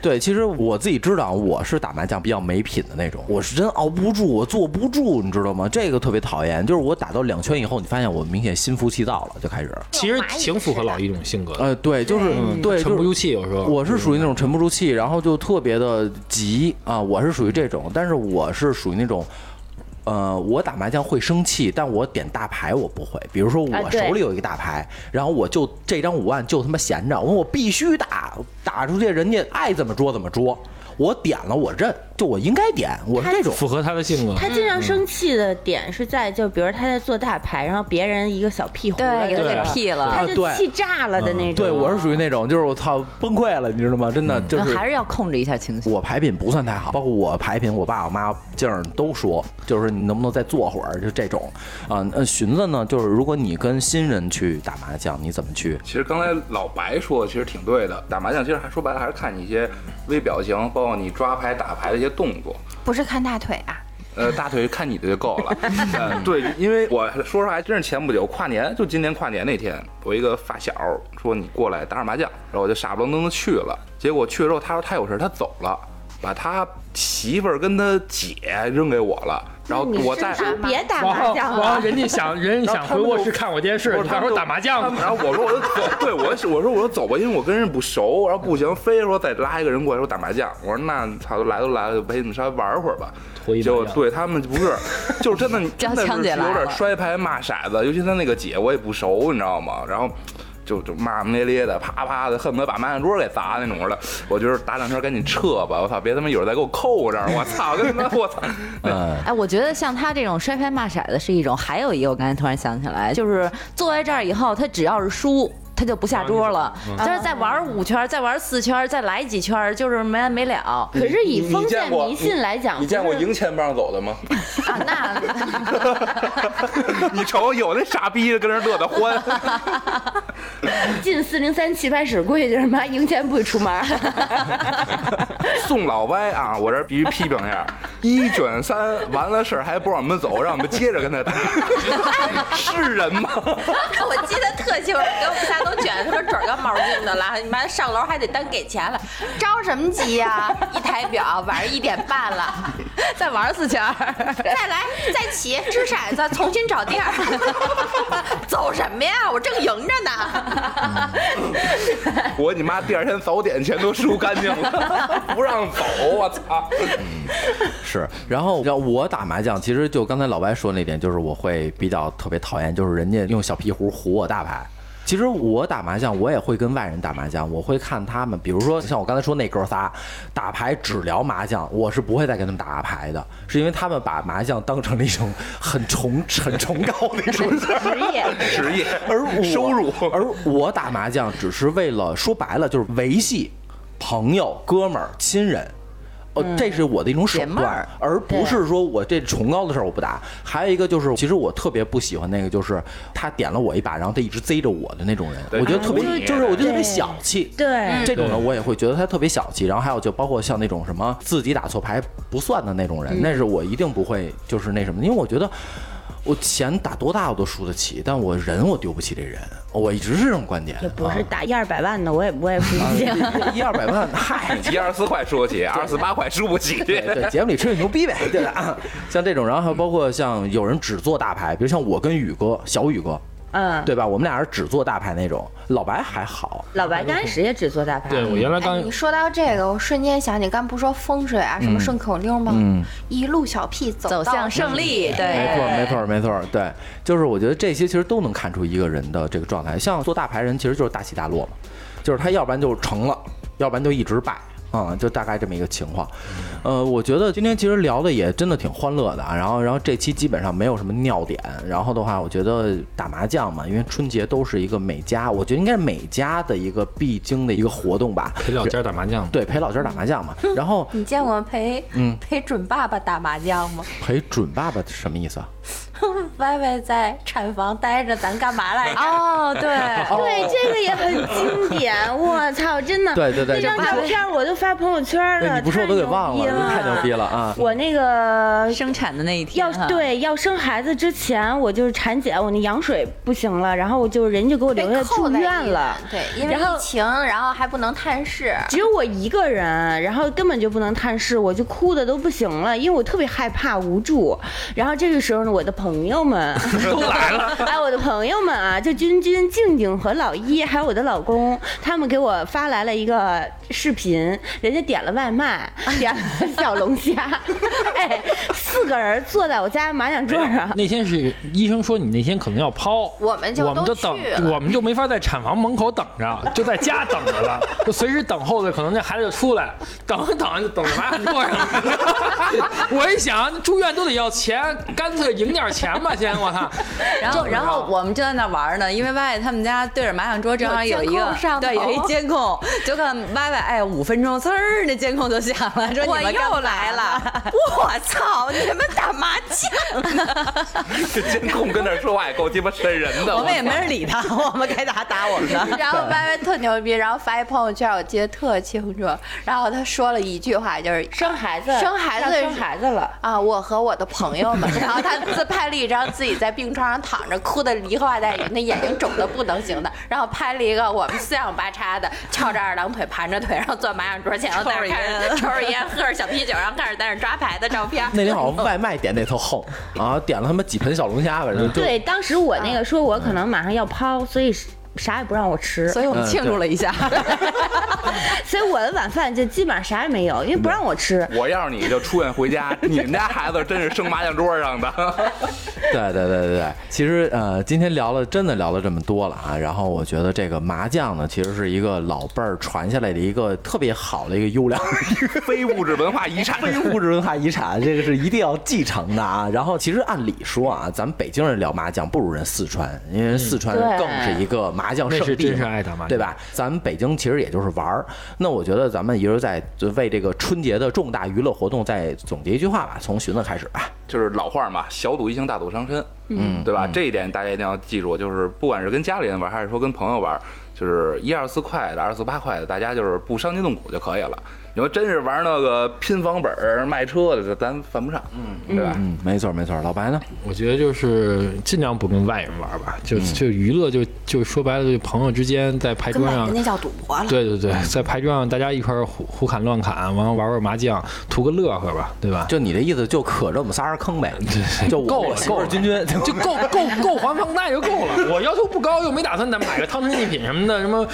Speaker 1: 对，其实我自己知道，我是打麻将比较没品的那种，我是真熬不住，我坐不住，你知道吗？这个特别讨厌，就是我打到两圈以后，你发现我明显心浮气躁了，就开始，
Speaker 4: 其实挺符合老一种性格的，
Speaker 1: 呃，对，就是对，
Speaker 4: 嗯沉不
Speaker 1: 就
Speaker 4: 住
Speaker 1: 是。
Speaker 4: 气，有时候
Speaker 1: 我是属于那种沉不住气，然后就特别的急啊，我是属于这种，但是我是属于那种。呃，我打麻将会生气，但我点大牌我不会。比如说
Speaker 5: 啊
Speaker 1: 我
Speaker 5: 对
Speaker 1: 手里有一个大牌，然后我就这张五万就他妈闲着，我我必须打，打出去人家爱怎么捉怎么捉。我点了我认，就我应该点，我是这种。
Speaker 4: 符合他的性格。
Speaker 5: 他
Speaker 1: 嗯
Speaker 5: 经常生气的点是在，就比如他在做大牌，然后别人一个小屁 股，
Speaker 3: 对，给啊他给
Speaker 4: 对
Speaker 3: 屁了。
Speaker 5: 他就
Speaker 1: 啊对嗯
Speaker 5: 气炸了的那种。
Speaker 1: 对，我是属于那种，就是我操崩溃了，你知道吗？真的就是
Speaker 3: 还是要控制一下情绪。
Speaker 1: 我牌品不算太好，包括我牌品，我爸我妈劲儿都说，就是你能不能再坐会儿，就这种啊。呃，寻子呢，就是如果你跟新人去打麻将，你怎么去？
Speaker 2: 其实刚才老白说的其实挺对的，打麻将其实还说白了还是看你一些微表情，包括你抓牌打牌的一些动作。
Speaker 6: 不是看大腿啊？
Speaker 2: 呃，大腿看你的就够 了。呃，对，因为我说实话，还真是前不久跨年，就今年跨年那天，我一个发小说你过来打会儿麻将，然后我就傻不愣登的去了。结果去了之后，他说他有事儿，他走了，把他媳妇儿跟他姐扔给我了。然后
Speaker 5: 你
Speaker 2: 我
Speaker 5: 是
Speaker 2: 再
Speaker 5: 说
Speaker 1: 啊
Speaker 5: 别打
Speaker 4: 然
Speaker 5: 麻
Speaker 4: 后
Speaker 5: 将啊
Speaker 4: 然后
Speaker 5: 了，
Speaker 4: 人家想人家
Speaker 2: 然后
Speaker 4: 想
Speaker 2: 他
Speaker 4: 回
Speaker 2: 们
Speaker 4: 卧
Speaker 2: 就
Speaker 4: 室看我电视，
Speaker 2: 不是
Speaker 4: 你
Speaker 2: 他
Speaker 4: 到时
Speaker 2: 们
Speaker 4: 候
Speaker 2: 就
Speaker 4: 打麻将
Speaker 2: 他们
Speaker 4: 吧。
Speaker 2: 然后我说我就走，对我是我说我说走吧，因为我跟人不熟，然后不行，非说再拉一个人过来说打麻将，我说那操来都来了，就陪你们稍微玩会儿吧。
Speaker 4: 脱衣麻
Speaker 2: 结果
Speaker 4: 将
Speaker 2: 对他们不是，就是真 的真
Speaker 3: 叫
Speaker 2: 的
Speaker 3: 枪
Speaker 2: 是
Speaker 3: 姐来
Speaker 2: 有点
Speaker 3: 了
Speaker 2: 摔牌骂骰子，尤其他那个姐我也不熟，你知道吗？然后。就就骂骂咧咧的，啪啪的，恨不得把麻将桌给砸那种的。我觉得打两圈赶紧撤吧，我操，别他妈一会儿再给我扣这儿，我操，跟他妈我操，
Speaker 1: 嗯，
Speaker 3: 哎，我觉得像他这种摔拍骂骰子是一种，还有一个我刚才突然想起来，就是坐在这儿以后，他只要是输。他就不下桌了，就是再玩五圈，再玩四圈，再来几圈，就是没完没了啊！
Speaker 5: 可是以封
Speaker 2: 你
Speaker 5: 建
Speaker 2: 见过
Speaker 5: 迷信来讲，
Speaker 2: 你见过
Speaker 5: 不是啊
Speaker 2: 赢钱不让走的吗？
Speaker 3: 那
Speaker 2: 你瞅有那傻逼跟人乐得欢。
Speaker 5: 进四零三棋牌室规矩，就是妈赢钱不许出门。
Speaker 2: 宋老歪啊，我这儿必须批评一下，一卷三完了事儿还不让我们走，让我们接着跟 他打，是人吗？
Speaker 6: 我记得特清楚，给我们仨都卷他妈准儿个毛巾的了，你妈上楼还得单给钱了，着什么急呀、 一抬表，晚上一点半了，
Speaker 3: 再玩四圈，
Speaker 6: 再来再起，掷骰子，重新找地 儿，走什么呀？我正赢着呢。
Speaker 2: 我你妈第二天早点钱都输干净了， 不让走，我操！
Speaker 1: 是。然后让我打麻将，其实就刚才老白说那点，就是我会比较特别讨厌，就是人家用小屁胡胡我大牌。其实我打麻将，我也会跟外人打麻将，我会看他们，比如说像我刚才说那哥仨打牌只聊麻将，我是不会再跟他们打牌的，是因为他们把麻将当成了一种很崇 很崇高的一种事儿。
Speaker 5: 职业
Speaker 2: 职业
Speaker 1: 而我
Speaker 2: 收入，
Speaker 1: 而我打麻将只是为了说白了就是维系朋友、哥们儿、亲人。呃，这是我的一种手
Speaker 3: 姐妹
Speaker 1: 段
Speaker 3: 儿，
Speaker 1: 而不是说我这崇高的事儿我不打。还有一个就是，其实我特别不喜欢那个，就是他点了我一把，然后他一直贼着我的那种人，
Speaker 2: 对
Speaker 1: 我觉得特别
Speaker 2: 就是你，
Speaker 1: 就是我觉得特别
Speaker 5: 对
Speaker 1: 小气。
Speaker 5: 对，
Speaker 1: 这种人我也会觉得他特别小气，然后还有就包括像那种什么自己打错牌不算的那种
Speaker 5: 嗯
Speaker 1: 人，那是我一定不会就是那什么，因为我觉得我钱打多大我都输得起，但我人我丢不起这人，我一直是这种观点。
Speaker 5: 不是打一二百万的，我也我 也不理解。
Speaker 1: 啊一二百万，嗨。
Speaker 2: 一二十四块输 得起，二十八块输不起。
Speaker 1: 对对，节目里吹吹牛逼呗，对吧？ 像这种，然后还包括像有人只做大牌，比如像我跟宇哥、小宇哥，
Speaker 5: 嗯，
Speaker 1: 对吧？我们俩是只做大牌那种，老白还好，
Speaker 5: 老白刚开始也只做大牌，
Speaker 4: 对我原来
Speaker 6: 哎
Speaker 4: 刚，
Speaker 6: 你说到这个，我瞬间想起，刚不说风水啊，什么顺口溜吗？一路小屁走
Speaker 3: 走
Speaker 6: 到
Speaker 3: 向胜利，
Speaker 1: 没
Speaker 3: 对，
Speaker 1: 错，没错，没错，对，就是我觉得这些其实都能看出一个人的这个状态。像做大牌人，其实就是大起大落嘛，就是他要不然就成了，要不然就一直败。啊、就大概这么一个情况，呃，我觉得今天其实聊的也真的挺欢乐的啊，然后，然后这期基本上没有什么尿点，然后的话，我觉得打麻将嘛，因为春节都是一个每家，我觉得应该是每家的一个必经的一个活动吧，
Speaker 4: 陪老家打麻将，
Speaker 1: 对，陪老家打麻将嘛，
Speaker 3: 啊
Speaker 1: 然后
Speaker 6: 你见过陪、 陪准爸爸打麻将吗？
Speaker 1: 陪准爸爸什么意思啊？
Speaker 6: 歪歪在产房待着，咱干嘛来着？
Speaker 3: 哦，对，
Speaker 5: 对，这个也很经典。我操，真 的，
Speaker 1: 对对对
Speaker 5: 那张照片我都发朋友圈
Speaker 1: 哎，
Speaker 3: 啊
Speaker 5: 了。
Speaker 1: 你不说我都给
Speaker 5: 太牛
Speaker 1: 忘了，
Speaker 5: 逼
Speaker 1: 你太牛逼
Speaker 5: 了。
Speaker 1: 了啊！
Speaker 5: 我那个
Speaker 3: 生产的那一天
Speaker 5: 要
Speaker 3: 哈，
Speaker 5: 对要生孩子之前，我就是产检，我那羊水不行了，然后我就人就给我
Speaker 6: 被
Speaker 5: 留下
Speaker 6: 扣
Speaker 5: 住
Speaker 6: 在医
Speaker 5: 院了。
Speaker 6: 对，因为
Speaker 5: 然后
Speaker 6: 疫情，然后还不能探视。
Speaker 5: 只有我一个人，然后根本就不能探视，我就哭的都不行了，因为我特别害怕无助。然后这个时候呢，我的朋友们 都来了，哎，我的朋友们啊，就君君、静静和老一，还有我的老公，他们给我发来了一个视频，人家点了外卖，点了小龙虾，哎，四个人坐在我家麻将桌上，
Speaker 4: 那天是医生说你那天可能要剖，
Speaker 6: 啊我们就
Speaker 4: 我们
Speaker 6: 都
Speaker 4: 就等
Speaker 6: 去，了
Speaker 4: 我们就没法在产房门口等着，就在家等着了，就随时等候着，可能这孩子就出来，等着等着就等着麻将过上了。 我一想住院都得要钱，干脆赢点钱吧，先我操，
Speaker 3: 然后，然后我们就在那玩呢，因为歪歪他们家对着麻将桌正好有一
Speaker 6: 有监
Speaker 3: 个
Speaker 6: 控上头
Speaker 3: 对有一监控，就看歪歪哎五分钟，呲儿那监控就响了，说
Speaker 6: 我
Speaker 3: 你们干
Speaker 6: 又
Speaker 3: 嘛
Speaker 6: 来了， 我操！你们打麻将，
Speaker 2: 这监控跟那儿说话也够鸡巴瘆人的。
Speaker 3: 我们也没人理他，我们该打打我们的。
Speaker 6: 然后歪歪特牛逼，然后发一朋友圈，我记得特清楚。然后他说了一句话，就是
Speaker 5: 生孩子，
Speaker 6: 生孩子
Speaker 5: 要生孩子了。
Speaker 6: 啊，我和我的朋友们，然后他自拍 拍了一张自己在病床上躺着哭的梨花带雨，那眼睛肿的不能行的，然后拍了一个我们四仰八叉的翘着二郎腿盘着腿，然后坐麻将桌前，然后在那儿开始抽着烟喝着小啤酒，然后开始在那儿抓牌的照片。
Speaker 1: 那天好像外卖点那特横 啊，点了他妈几盆小龙虾，反正就
Speaker 5: 对，当时我那个说我可能马上要抛，所以啥也不让我吃，
Speaker 3: 所以我们庆祝了一下，
Speaker 5: 所以我的晚饭就基本上啥也没有，因为不让我吃。
Speaker 2: 我要是你就出院回家，你们家孩子真是生麻将桌上的。
Speaker 1: 对对对对对，其实呃，今天聊了，真的聊了这么多了啊。然后我觉得这个麻将呢，其实是一个老辈儿传下来的一个特别好的一个优良
Speaker 2: 非物质文化遗产。
Speaker 1: 非物质文化遗产，这个是一定要继承的啊。然后其实按理说啊，咱们北京人聊麻将不如人四川，因为四川
Speaker 5: 对
Speaker 1: 更是一个麻将
Speaker 4: 那
Speaker 1: 圣
Speaker 4: 是
Speaker 1: 地
Speaker 4: 真是
Speaker 1: 嘛，
Speaker 4: 爱打麻将
Speaker 1: 对吧？咱们北京其实也就是玩儿。那我觉得咱们一直在为这个春节的重大娱乐活动再总结一句话吧，从寻子开始吧。
Speaker 2: 就是老话嘛，小赌怡情，大赌伤身，嗯，对吧？这一点大家一定要记住，就是不管是跟家里人玩，还是说跟朋友玩，就是一二四块的、二四八块的，大家就是不伤筋动骨就可以了。你说真是玩那个拼房本儿、卖车的，咱犯不上，嗯，对吧？
Speaker 1: 嗯，没错没错。老白呢？
Speaker 4: 我觉得就是尽量不跟外人玩吧，就就娱乐就就说白了，就朋友之间在牌桌上，
Speaker 6: 那叫赌博了。
Speaker 4: 对对对，在牌桌上大家一块儿胡胡砍乱砍，完了玩玩麻将，图个乐呵吧，对吧？
Speaker 1: 就你这意思，就可着我们仨人坑 呗，就
Speaker 4: 够了够了
Speaker 1: 君君，
Speaker 4: 就够够够还房贷就够了，我要求不高，又没打算再买个汤臣一品什么的，什么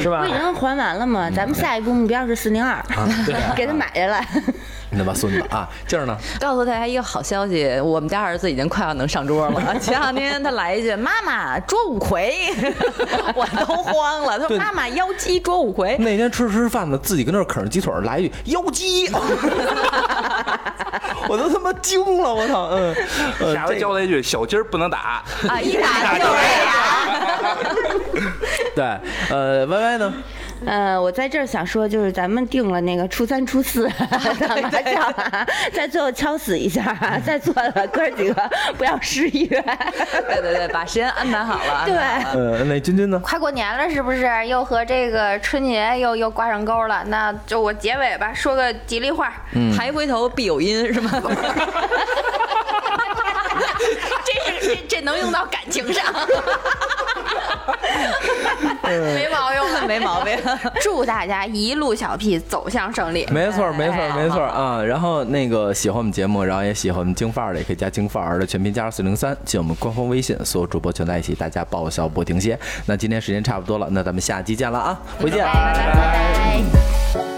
Speaker 4: 是吧
Speaker 5: 不已？经还完了吗？咱们下一步目标是四零二， 给他买下来。
Speaker 1: 你他妈孙子啊！劲儿呢？
Speaker 3: 告诉大家一个好消息，我们家儿子已经快要能上桌 了。前两天他来一句：“妈妈捉五魁”，我都慌了。他说：“妈妈腰鸡捉五魁。
Speaker 1: 那天吃吃饭呢，自己跟那儿啃着鸡腿儿，来一句“妖姬”，我都他妈惊了，我操！嗯，呃
Speaker 2: 下
Speaker 1: 这
Speaker 2: 回
Speaker 1: 个
Speaker 2: 教他一句，小鸡儿不能打，”
Speaker 3: 啊，一打就这样。
Speaker 1: 对，呃，歪歪呢？
Speaker 5: 呃，我在这儿想说，就是咱们定了那个初三、初
Speaker 6: 啊
Speaker 5: 四打麻将啊，在最后敲死一下啊，再做了哥几个不要失约。
Speaker 3: 对对对，把时间安排好了。
Speaker 5: 对，
Speaker 1: 呃，那君君呢？
Speaker 6: 快过年了，是不是又和这个春节又又挂上钩了？那就我结尾吧，说个吉利话。
Speaker 3: 抬回头必有因，是吗？
Speaker 6: 这是这这能用到感情 上，没毛病吧？
Speaker 3: 没毛病。
Speaker 6: 祝大家一路小屁走向胜利。
Speaker 1: 没错，没
Speaker 6: 哎
Speaker 3: 哎
Speaker 1: 错，没错啊！然后那个喜欢我们节目，然后也喜欢我们京范儿的，也可以加京范儿的全拼加上四零三，进我们官方微信，所有主播全在一起，大家爆笑不停歇。那今天时间差不多了，那咱们下期见了啊！回见。
Speaker 6: 拜拜。